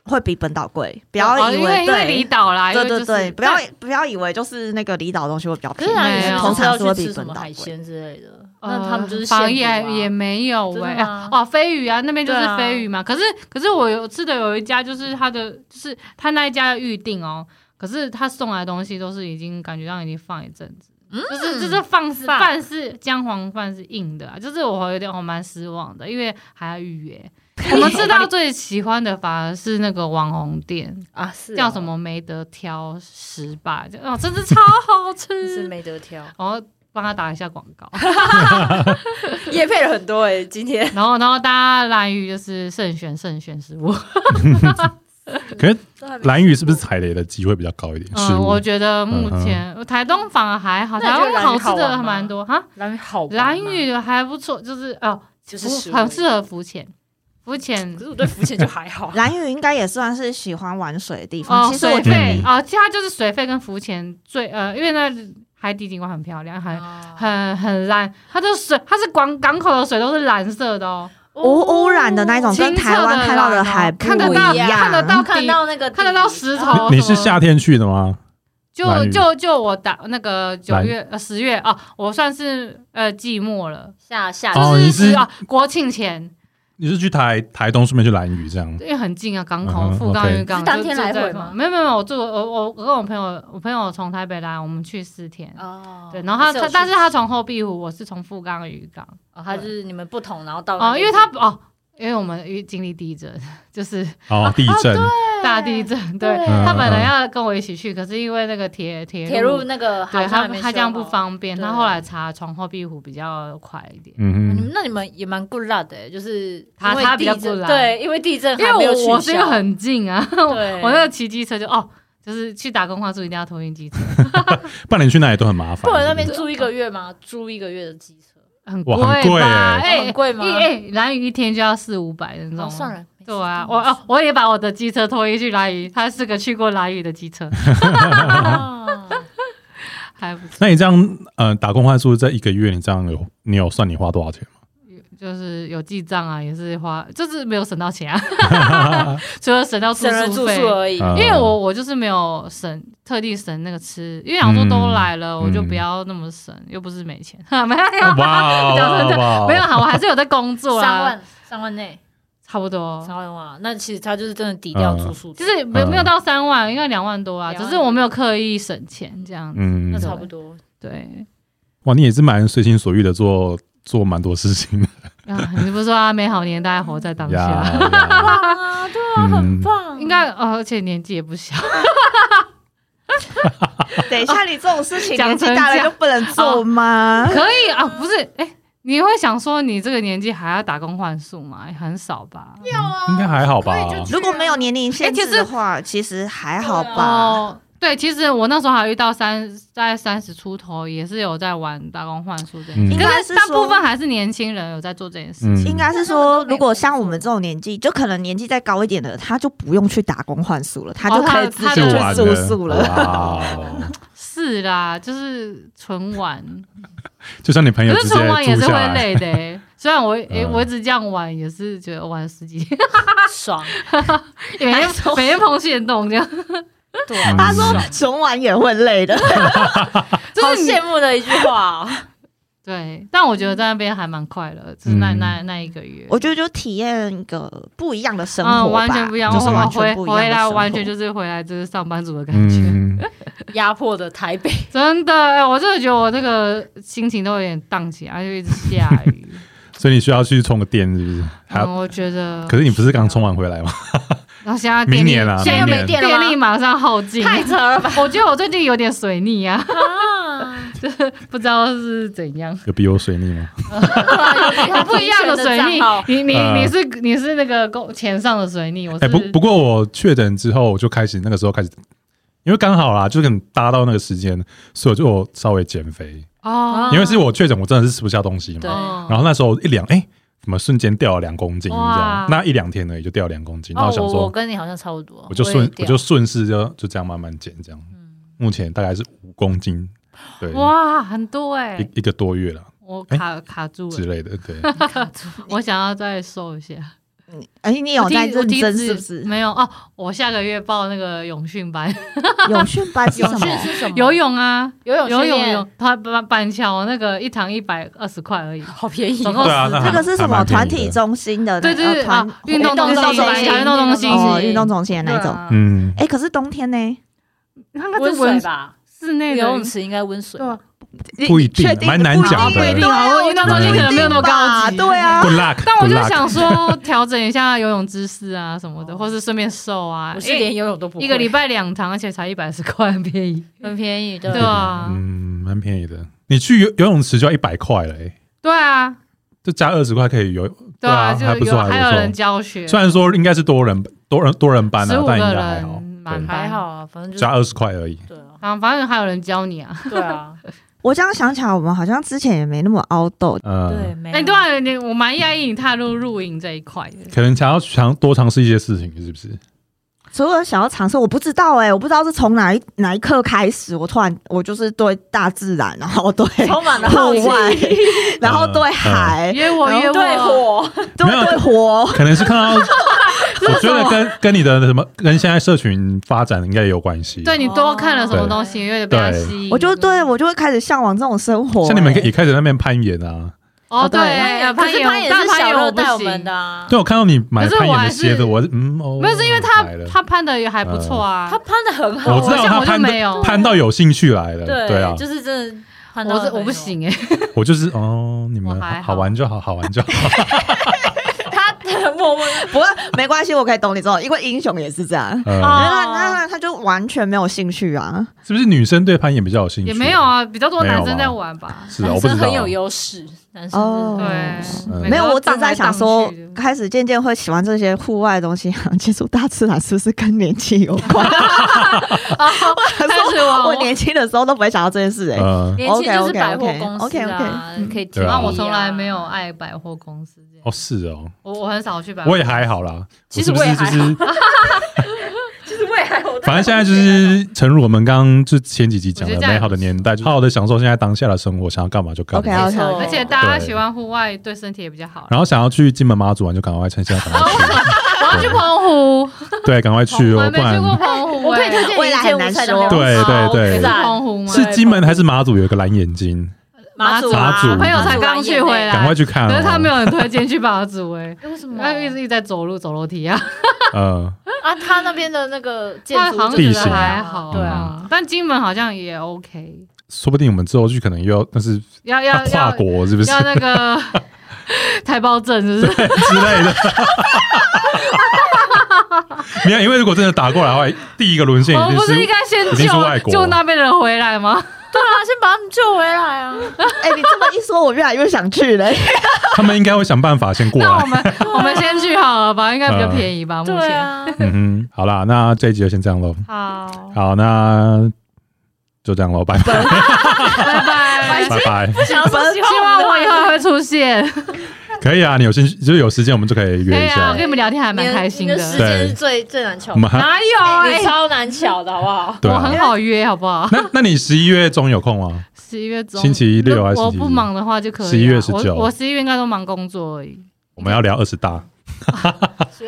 Speaker 2: 会比本岛贵，不要
Speaker 3: 哦
Speaker 2: 以
Speaker 3: 因
Speaker 2: 为
Speaker 3: 为因为
Speaker 2: 对
Speaker 3: 离岛啦，
Speaker 2: 对
Speaker 3: 因为
Speaker 2: 对
Speaker 3: 就是
Speaker 2: 对，不要不要以为就是那个离岛的东西会比较
Speaker 4: 可
Speaker 2: 便
Speaker 4: 是
Speaker 2: 宜，
Speaker 4: 蓝屿
Speaker 3: 没有
Speaker 4: 是
Speaker 2: 通
Speaker 4: 不是要
Speaker 2: 常是会
Speaker 4: 去
Speaker 2: 比
Speaker 4: 吃什
Speaker 2: 本
Speaker 4: 么
Speaker 2: 岛
Speaker 4: 海
Speaker 2: 贵。，
Speaker 4: 鲜之类的？
Speaker 3: 呃
Speaker 4: 那他们就是
Speaker 3: 反而
Speaker 4: 现
Speaker 3: 也
Speaker 4: 捕啊
Speaker 3: 也没有
Speaker 4: 真的
Speaker 3: 喂、
Speaker 4: 吗
Speaker 3: 哦，飞鱼啊，那边就是
Speaker 4: 对啊
Speaker 3: 飞鱼嘛。可是可是我有吃的有一家，就是他的就是他那一家的预定哦，可是他送来的东西都是已经感觉上已经放一阵子。
Speaker 4: 嗯
Speaker 3: 就是就是放是
Speaker 4: 饭
Speaker 3: 饭是姜黄饭是硬的、啊，就是我有点我蛮失望的，因为还要 预约。我们吃到最喜欢的反而是那个网红店，
Speaker 4: 啊，是哦
Speaker 3: 叫什？么没得挑十吧，就哦真的超好
Speaker 4: 是
Speaker 3: 吃，
Speaker 4: 没得挑，
Speaker 3: 然后帮他打一下广告。
Speaker 4: 也配了很多哎，今天
Speaker 3: 然后，然后大家蓝鱼就是慎选慎选食物。
Speaker 1: 可是蓝屿是不是踩雷的机会比较高一点？食
Speaker 3: 嗯，
Speaker 1: 物
Speaker 3: 我觉得目前、
Speaker 1: 嗯
Speaker 3: 台东反而还好，
Speaker 4: 那
Speaker 3: 台
Speaker 4: 你觉得
Speaker 3: 东
Speaker 4: 蓝屿
Speaker 3: 好
Speaker 4: 好
Speaker 3: 吃
Speaker 4: 玩吗
Speaker 3: 的还蛮多哈。
Speaker 4: 蓝屿好玩吗
Speaker 3: 蓝屿还不错，就是哦，
Speaker 4: 就是
Speaker 3: 浮
Speaker 4: 食物
Speaker 3: 很适合浮潜，浮潜
Speaker 4: 可是我对浮潜就还好
Speaker 2: 蓝屿应该也算是喜欢玩水的地方，
Speaker 3: 哦，
Speaker 2: 其实我
Speaker 3: 水
Speaker 2: 觉得
Speaker 3: 费
Speaker 1: 嗯
Speaker 3: 哦，其实它就是水费跟浮潜最呃，因为那海底景观很漂亮，很
Speaker 4: 啊
Speaker 3: 很很蓝，它的水它是港港口的水都是蓝色的哦，
Speaker 2: 无污染的那种，
Speaker 3: 清澈
Speaker 2: 跟
Speaker 3: 的哦
Speaker 2: 台湾看到的海不
Speaker 3: 看得到
Speaker 2: 一样
Speaker 3: 看得到
Speaker 4: 看到那个哦
Speaker 3: 看得到石头
Speaker 1: 你你是夏天去的吗？
Speaker 3: 就
Speaker 1: 蓝屿
Speaker 3: 就就我打那个九
Speaker 1: 蓝
Speaker 3: 月呃十月哦，我算是呃季末了，
Speaker 4: 下下
Speaker 1: 哦
Speaker 3: 就
Speaker 1: 你
Speaker 3: 是
Speaker 1: 是
Speaker 3: 十啊国庆前，
Speaker 1: 你是去台台东顺便去蓝屿这样？
Speaker 3: 因为很近啊，港口
Speaker 1: 嗯哼
Speaker 3: 富冈
Speaker 1: OK
Speaker 3: 渔港
Speaker 4: 是
Speaker 3: 就
Speaker 4: 当天
Speaker 3: 就
Speaker 4: 来
Speaker 3: 在
Speaker 4: 回
Speaker 3: 旁
Speaker 4: 吗
Speaker 3: 没有没有没有，我住我我我跟我朋友，我朋友从台北来，我们去四天。
Speaker 4: 哦
Speaker 3: 对，然后他
Speaker 4: 有
Speaker 3: 他
Speaker 4: 去
Speaker 3: 但是他从后壁湖，我是从富冈渔港
Speaker 4: 哦他就是你们不同，然后到
Speaker 3: 哦，因为他哦，因为我们遇经历地震， 就是
Speaker 1: 哦，地震，
Speaker 3: 啊大地震，对
Speaker 1: 嗯
Speaker 3: 他本来要跟我一起去，可是因为那个铁铁
Speaker 4: 铁路那个好
Speaker 3: 对
Speaker 4: 像
Speaker 3: 他
Speaker 4: 还没
Speaker 3: 他这样不
Speaker 4: 修好。
Speaker 3: 方便，
Speaker 4: 对
Speaker 3: 他后来查从后壁湖比较快一点。
Speaker 1: 嗯
Speaker 4: 你
Speaker 1: 哼
Speaker 4: 们那你们也蛮 good luck 的欸，就是
Speaker 3: 他
Speaker 4: 因为
Speaker 3: 他比较
Speaker 4: 地震
Speaker 3: good luck
Speaker 4: 对，因为地震
Speaker 3: 因
Speaker 4: 还没
Speaker 3: 为
Speaker 4: 有
Speaker 3: 我我
Speaker 4: 取
Speaker 3: 是一个
Speaker 4: 消
Speaker 3: 很近啊，
Speaker 4: 对
Speaker 3: 我那个骑机车就哦，就是去打工换宿一定要托运机车，，
Speaker 1: 半年去那里都很麻
Speaker 4: 不
Speaker 1: 烦。
Speaker 4: 能那边租一个月吗？租一个月的机车，
Speaker 3: 很贵
Speaker 1: 哇很贵
Speaker 3: 吧？
Speaker 1: 欸
Speaker 3: 哎、
Speaker 4: 哦很贵吗
Speaker 3: 一哎，蓝雨一天就要四五百的那种。
Speaker 4: 哦，算。了，没事
Speaker 3: 对啊，我哦，我也把我的机车拖一去蓝屿，他是个去过蓝屿的机车，
Speaker 4: 啊
Speaker 3: 还不错，
Speaker 1: 那你这样呃打工换宿这一个月，你这样有你有算你花多少钱吗？
Speaker 3: 就是有记账啊，也是花，就是没有省到钱啊， 除了省到住
Speaker 4: 省了
Speaker 3: 宿
Speaker 4: 住
Speaker 3: 费
Speaker 4: 宿。而已。
Speaker 1: 嗯
Speaker 3: 因为我我就是没有省，特地省那个吃，因为想说都来
Speaker 1: 嗯
Speaker 3: 了，我就不要那么省，又不是没钱， 没有，
Speaker 1: 哇哦
Speaker 3: 讲真的
Speaker 1: 哇哦
Speaker 3: 没有好，我还是有在工作
Speaker 4: 三
Speaker 3: 啦，
Speaker 4: 万，三万内，
Speaker 3: 差不多
Speaker 4: 三，万哇！那其实他就是真的抵掉
Speaker 1: 嗯
Speaker 4: 住宿费，
Speaker 3: 哦就是没
Speaker 1: 嗯
Speaker 3: 没有到三万，应该两万多啊，
Speaker 4: 两
Speaker 3: 只
Speaker 4: 万
Speaker 3: 是我没有刻意省钱这样子。
Speaker 1: 嗯
Speaker 4: 那，差不 多。
Speaker 3: 对，
Speaker 1: 哇，你也是蛮随心所欲的做做蛮多事情的
Speaker 3: 啊， 你不是说啊，美好年代活在当下，
Speaker 1: 呀呀
Speaker 4: 啊，对啊，
Speaker 1: 嗯
Speaker 4: 很棒。
Speaker 3: 应该呃而且年纪也不小，
Speaker 2: 等一下你这种事情
Speaker 3: 讲
Speaker 2: 年纪
Speaker 3: 成
Speaker 2: 大了
Speaker 3: 这样哦
Speaker 2: 就不能做吗？
Speaker 3: 可以啊，不是，哎，你会想说你这个年纪还要打工换宿吗？很少吧？
Speaker 1: 应该还好 吧？
Speaker 2: 如果没有年龄限制
Speaker 3: 哎
Speaker 2: 的
Speaker 3: 其
Speaker 2: 话，其实还好
Speaker 4: 对啊
Speaker 2: 吧。
Speaker 3: 哦，对，其实我那时候还遇到三在三十出头，也是有在玩打工换宿这件
Speaker 1: 嗯
Speaker 3: 事，
Speaker 2: 应
Speaker 3: 可
Speaker 2: 该
Speaker 3: 是
Speaker 2: 是
Speaker 3: 大
Speaker 2: 说
Speaker 3: 部分还是年轻人有在做这件事。
Speaker 1: 嗯，
Speaker 2: 应该是说，如果像我们这种年纪，就可能年纪再高一点的，他就不用去打工换宿了，他就可以自己
Speaker 3: 哦他
Speaker 1: 去
Speaker 3: 就
Speaker 1: 玩
Speaker 2: 去住宿了。
Speaker 1: 哇哦，
Speaker 3: 是啦，就是纯玩，
Speaker 1: 就像你朋友
Speaker 3: 可
Speaker 1: 直
Speaker 3: 是
Speaker 1: 接
Speaker 3: 重玩也
Speaker 1: 住
Speaker 3: 是
Speaker 1: 下
Speaker 3: 会
Speaker 1: 来，
Speaker 3: 累的、 欸，虽然我诶、
Speaker 1: 嗯
Speaker 3: 我一直这样玩，也是觉得玩十几 天，
Speaker 4: 爽，
Speaker 3: 每天每天碰线动这样，
Speaker 4: 对啊，
Speaker 2: 他说熊玩也会累的，
Speaker 4: 好
Speaker 3: 就是你
Speaker 4: 羡慕的一句话 哦。
Speaker 3: 对。但我觉得在那边还蛮快乐，就是那
Speaker 1: 嗯
Speaker 3: 那那一个月，
Speaker 2: 我觉得就体验一个不一样的生活吧、
Speaker 3: 嗯，完全不一样。
Speaker 2: 就
Speaker 3: 我
Speaker 2: 是
Speaker 3: 们
Speaker 2: 完
Speaker 3: 回
Speaker 2: 全不一样的
Speaker 3: 回来
Speaker 2: 生活
Speaker 3: 完全就是回来就是上班族的感觉，
Speaker 1: 嗯，
Speaker 4: 压迫的台北，
Speaker 3: 真的、哎，我真的觉得我这个心情都有点荡起来，就一直下 雨。
Speaker 1: 所以你需要去充个电，是不是？还
Speaker 3: 嗯，我觉得，
Speaker 1: 可是你不是
Speaker 3: 啊
Speaker 1: 刚充完回来吗？
Speaker 3: 然后现在
Speaker 1: 明
Speaker 3: 电力
Speaker 1: 年啊，
Speaker 4: 现在
Speaker 1: 明
Speaker 4: 又
Speaker 1: 年
Speaker 4: 没电了吗
Speaker 3: 电力马上耗尽，
Speaker 4: 太 扯了吧？
Speaker 3: 我觉得我最近有点水逆啊，
Speaker 4: 啊，
Speaker 3: 不知道是怎样。
Speaker 1: 有比我水逆吗？
Speaker 4: 它
Speaker 3: 不一样的水逆，你你
Speaker 1: 呃
Speaker 3: 你是你是那个工钱上的水逆，我
Speaker 1: 哎、
Speaker 3: 哦是
Speaker 1: 不不过我确诊之后，我就开始那个时候开始，因为刚好啦，就可能搭到那个时间，所以我就稍微减肥，
Speaker 3: 哦
Speaker 1: 因为嗯是我确诊，我真的是吃不下东西嘛。
Speaker 4: 对
Speaker 3: 哦
Speaker 1: 然后那时候一量，哎、怎么瞬间掉了两公斤这
Speaker 3: 哇
Speaker 1: 样？那一两天呢，也就掉两公斤。那
Speaker 4: 哦
Speaker 1: 我，想
Speaker 4: 我我
Speaker 1: 说，
Speaker 4: 跟你好像差不多，
Speaker 1: 我就
Speaker 4: 也
Speaker 1: 顺我
Speaker 4: 掉
Speaker 1: 就顺势就就这样慢慢减这样。目前大概是五公斤，对，
Speaker 3: 嗯哇很多哎、
Speaker 1: 一一哎个多月了
Speaker 3: 我卡卡住
Speaker 1: 之
Speaker 3: 了，
Speaker 1: 类的，对。
Speaker 3: 我想要再瘦一下。
Speaker 2: 哎、你有
Speaker 3: 我
Speaker 2: 在
Speaker 3: 体我
Speaker 2: 认
Speaker 3: 体
Speaker 2: 真
Speaker 3: 脂
Speaker 2: 是不是？
Speaker 3: 没有哦，我下个月报那个泳训班，
Speaker 2: 有训班是什
Speaker 4: 泳训
Speaker 2: 么？
Speaker 4: 是什么？
Speaker 3: 游泳啊，
Speaker 4: 游泳
Speaker 3: 游
Speaker 4: 训
Speaker 3: 泳
Speaker 4: 练
Speaker 3: 泳，板板板桥那个一堂一百二十块而已。
Speaker 4: 好便宜
Speaker 3: 总
Speaker 4: 哦，
Speaker 3: 共
Speaker 1: 对啊
Speaker 3: 十
Speaker 1: 那还
Speaker 2: 这个是什
Speaker 1: 还
Speaker 2: 么
Speaker 1: 蛮便
Speaker 2: 团
Speaker 1: 宜的
Speaker 2: 体中心的那？
Speaker 3: 对对对
Speaker 2: 呃团
Speaker 3: 啊运动
Speaker 4: 中心
Speaker 2: 中
Speaker 4: 板桥
Speaker 2: 心
Speaker 4: 运动中心
Speaker 2: 哦，运动中心的那种。
Speaker 3: 对啊
Speaker 1: 嗯，
Speaker 2: 哎、可是冬天呢？
Speaker 3: 它应该
Speaker 4: 温
Speaker 3: 是
Speaker 4: 水
Speaker 3: 温
Speaker 4: 吧？
Speaker 3: 室内的
Speaker 4: 游泳池应该温水
Speaker 3: 对啊
Speaker 1: 不一定
Speaker 2: 你确定
Speaker 1: 蛮难讲
Speaker 3: 的
Speaker 2: 不一定
Speaker 3: 对啊
Speaker 2: 对
Speaker 3: 运动中
Speaker 1: 心可能
Speaker 3: 没有那么高级
Speaker 2: 对啊，
Speaker 1: Good luck，
Speaker 3: 但我
Speaker 1: good
Speaker 3: 就
Speaker 1: luck
Speaker 3: 想说，调整一下游泳姿势啊什么的，
Speaker 4: 哦
Speaker 3: 或是顺便瘦啊。
Speaker 4: 我
Speaker 3: 因
Speaker 4: 是
Speaker 3: 为
Speaker 4: 连游泳都不会，
Speaker 3: 一个礼拜两堂，而且才一百十块，很 便宜。
Speaker 4: 很便宜，对
Speaker 3: 对
Speaker 1: 네.
Speaker 3: 啊，
Speaker 1: 嗯，蛮便宜的。你去游游泳池就要一百块了、欸，
Speaker 3: 对啊，
Speaker 1: 就加二十块可以游。
Speaker 3: 对
Speaker 1: 啊，
Speaker 3: 啊，
Speaker 1: 还不
Speaker 3: 就
Speaker 1: 错，
Speaker 3: 有还有
Speaker 1: 还
Speaker 3: 人
Speaker 1: 不错。
Speaker 3: 教学，
Speaker 1: 虽然说应该是多人多人多人班啊
Speaker 3: 15，
Speaker 1: 但应
Speaker 3: 个
Speaker 1: 该还
Speaker 3: 人
Speaker 1: 好，对
Speaker 3: 蛮好
Speaker 4: 还好啊，反正就是
Speaker 1: 加二十块而已。
Speaker 4: 对啊，
Speaker 3: 啊，反正还有人教你啊。
Speaker 4: 对啊，
Speaker 2: 我这样想起来，我们好像之前也没那么凹斗。
Speaker 4: 对，
Speaker 1: 嗯，
Speaker 4: 没
Speaker 3: 哎，
Speaker 4: 有
Speaker 3: 对啊，你我蛮讶异你踏入露营这一块的。
Speaker 1: 可能想要尝多尝试一些事情，是不是？
Speaker 2: 所以我想要尝试，我不知道哎、我不知道是从哪一哪一刻开始，我突然我就是对大自然，然后对
Speaker 4: 充满了好
Speaker 2: 户
Speaker 4: 奇，
Speaker 2: 外， 然后对
Speaker 1: 嗯
Speaker 2: 海，
Speaker 3: 约
Speaker 4: 어,
Speaker 3: 我约
Speaker 4: 哎哦对
Speaker 3: 我，
Speaker 4: 火，
Speaker 2: 对
Speaker 1: 没有
Speaker 2: 对火，
Speaker 1: 可能是看 到，我觉得跟跟你的什么跟现在社群发展应该也有关系。
Speaker 3: 对，你多看了什么东西，有点被它
Speaker 1: 对
Speaker 3: 吸引。
Speaker 2: 我就对我就会开始向往这种生活、欸
Speaker 1: 像你们
Speaker 4: 欸
Speaker 1: 可以
Speaker 2: 以，
Speaker 1: 也开始在那边攀岩啊。
Speaker 3: 哦，
Speaker 2: 哦
Speaker 3: 对，
Speaker 2: 对
Speaker 3: 哎
Speaker 4: 可是
Speaker 3: 岩，
Speaker 4: 也
Speaker 3: 大
Speaker 4: 是
Speaker 3: 攀
Speaker 4: 小
Speaker 3: 岩
Speaker 4: 乐
Speaker 3: 我不
Speaker 4: 带我们
Speaker 3: 行
Speaker 4: 的。啊，
Speaker 1: 对，我看到你买
Speaker 3: 可是
Speaker 1: 攀
Speaker 3: 我
Speaker 1: 岩
Speaker 3: 还
Speaker 1: 的
Speaker 3: 是
Speaker 1: 鞋子，我是嗯哦，
Speaker 3: 没有，是因为他
Speaker 1: 买了
Speaker 3: 他攀的也还不错啊。
Speaker 4: 他攀的很好，
Speaker 1: 我知道
Speaker 3: 像
Speaker 1: 他
Speaker 3: 我就
Speaker 1: 攀
Speaker 3: 没有
Speaker 1: 的攀到有兴趣来了，对啊，
Speaker 4: 就是真的攀到
Speaker 3: 我
Speaker 4: 很
Speaker 3: 是
Speaker 4: 好，
Speaker 3: 我不行哎，
Speaker 1: 我就是哦，你
Speaker 3: 我
Speaker 1: 们
Speaker 3: 还好
Speaker 1: 好玩就好，好玩 就好。
Speaker 4: 他 默默地
Speaker 2: 不过没关系，我可以懂你这种，因为英雄也是这样，
Speaker 1: 呃，
Speaker 3: 啊
Speaker 2: 那那
Speaker 4: 哦
Speaker 2: 那他就完全没有兴趣啊，
Speaker 1: 是不是女生对攀岩比较有兴趣？
Speaker 3: 也没有，啊，比较多
Speaker 1: 没有
Speaker 3: 男生在
Speaker 1: 吗
Speaker 3: 玩吧。
Speaker 1: 是啊，
Speaker 4: 男
Speaker 1: 我不知
Speaker 4: 生
Speaker 1: 道
Speaker 4: 很
Speaker 1: 啊
Speaker 4: 有。优势，男生
Speaker 2: 哦
Speaker 4: 真的
Speaker 3: 对，
Speaker 1: 嗯
Speaker 3: 每个
Speaker 2: 没有，
Speaker 3: 都
Speaker 2: 我只是
Speaker 3: 荡来
Speaker 2: 在想
Speaker 3: 荡
Speaker 2: 说
Speaker 3: 去，的
Speaker 2: 开始渐渐会喜欢这些户外的东西，想接触大自然，是不是跟年纪有关？
Speaker 3: 啊，
Speaker 2: 可
Speaker 3: 开始
Speaker 2: 是
Speaker 3: 往
Speaker 2: 我年轻的时候都不会想到这件事哎、
Speaker 1: 呃，
Speaker 4: 年轻就是
Speaker 2: OK，OK，OK，
Speaker 4: 百货公司啊
Speaker 2: OK，OK，嗯，
Speaker 4: 可以提
Speaker 1: 对啊
Speaker 3: 然
Speaker 1: 那
Speaker 3: 后我从来没有，爱百货公司这样，
Speaker 1: 哦是哦，
Speaker 3: 我我很少去百货，
Speaker 1: 我也还好啦。
Speaker 4: 其实
Speaker 1: 我是不是
Speaker 4: 我也
Speaker 1: 就是，
Speaker 4: 其实我也还好，
Speaker 1: 反正现在就是，诚如我们刚刚就前几集讲的
Speaker 3: 我觉得这样
Speaker 1: 美好的年代，就好好的享受现在当下的生活，想要干嘛就干
Speaker 2: OK
Speaker 1: 嘛。
Speaker 4: 没
Speaker 2: OK，
Speaker 4: 错
Speaker 3: 而且大家喜欢户外，对身体也比较好。
Speaker 1: 然后想要去金门马祖玩，就赶快趁现在赶 快
Speaker 3: 我要去澎湖，
Speaker 1: 去，对，赶快 去
Speaker 3: 我还
Speaker 1: 哦，不
Speaker 3: 没去
Speaker 1: 然
Speaker 3: 过澎 湖欸，
Speaker 4: 我可以推荐你
Speaker 2: 未
Speaker 4: 一
Speaker 2: 来
Speaker 4: 间
Speaker 2: 很
Speaker 4: 无
Speaker 2: 难
Speaker 4: 菜的啊
Speaker 2: 说
Speaker 1: 对对对
Speaker 3: 是澎湖吗？
Speaker 1: 是金门还是马祖有一个蓝眼睛，
Speaker 4: 马祖
Speaker 1: 马祖
Speaker 4: 啊，
Speaker 1: 我朋友
Speaker 3: 才刚去回来
Speaker 1: 赶快去看哦。
Speaker 3: 可是啊他没有很推荐去马祖哎，
Speaker 4: 哎，为什么
Speaker 3: 他一直一直在走路走楼梯啊，
Speaker 1: 呃，
Speaker 4: 啊？他那边的那个建
Speaker 3: 他
Speaker 4: 筑
Speaker 3: 好像
Speaker 4: 就
Speaker 1: 地
Speaker 3: 觉
Speaker 4: 是
Speaker 1: 形
Speaker 3: 得
Speaker 1: 啊
Speaker 3: 还好，
Speaker 1: 对
Speaker 3: 啊
Speaker 1: 啊，
Speaker 3: 但金门好像也 OK，
Speaker 1: 说不定我们之后去可能又要，但是
Speaker 3: 要
Speaker 1: 要
Speaker 3: 要
Speaker 1: 跨
Speaker 3: 要
Speaker 1: 国是不是
Speaker 3: 要那 个台胞证是不是？
Speaker 1: 之类的？ 没有，因为如果真的打过来的话，第一个沦陷
Speaker 3: 我
Speaker 1: 一
Speaker 3: 们
Speaker 1: 定
Speaker 3: 哦不是应
Speaker 1: 是
Speaker 3: 该先
Speaker 1: 一定是外
Speaker 3: 救
Speaker 1: 国
Speaker 3: 救那边的人回来吗？
Speaker 4: 对啊，先把他们救回来啊！
Speaker 2: 哎、你这么一说，我越来越想去了、
Speaker 1: 他们应该会想办法先过
Speaker 3: 那我
Speaker 1: 来。
Speaker 3: 们我们先去好了吧，应该比较便宜吧，目
Speaker 4: 对
Speaker 3: 前。
Speaker 4: 啊，
Speaker 1: 嗯哼，好啦，那这一集就先这样喽。
Speaker 3: 好，
Speaker 1: 好，那就这样喽，拜拜
Speaker 3: 拜
Speaker 1: 拜
Speaker 3: 拜。
Speaker 1: 拜。
Speaker 4: 想说喜
Speaker 3: 希
Speaker 4: 欢
Speaker 3: 望
Speaker 4: 我
Speaker 3: 我
Speaker 4: 们
Speaker 3: 以
Speaker 4: 的话
Speaker 3: 后还会出现。
Speaker 1: 可可以啊，你有兴趣就是有时间，我们就可以
Speaker 3: 对
Speaker 1: 约一
Speaker 3: 啊，
Speaker 1: 下
Speaker 3: 我。跟你们聊天还蛮开心
Speaker 4: 你的时
Speaker 3: 的。
Speaker 4: 间是最最难巧
Speaker 1: 我，们还
Speaker 3: 哪有
Speaker 4: 你
Speaker 3: 哎、
Speaker 4: 超难巧的好不 好？
Speaker 1: 对
Speaker 3: 我
Speaker 1: 啊
Speaker 3: 很，好约，好不好？
Speaker 1: 那那你十一月中有空吗？
Speaker 3: 十一月中，
Speaker 1: 星期六还是星
Speaker 3: 我
Speaker 1: 期日
Speaker 3: 不忙的话就可以啊。
Speaker 1: 11月19
Speaker 3: 我我十一月应该都忙工作而已。
Speaker 1: 我们要聊二十大，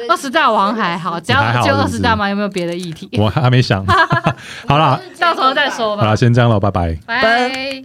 Speaker 3: 二十大王 还好，只
Speaker 1: 还好
Speaker 3: 要就
Speaker 1: 是
Speaker 3: 二
Speaker 1: 不是
Speaker 3: 十大嘛，有没 有别的议题？
Speaker 1: 我还没想。好啦，
Speaker 3: 到时候再。说
Speaker 1: 好
Speaker 3: 吧
Speaker 1: 啦，。先这样喽，拜拜。
Speaker 3: 拜。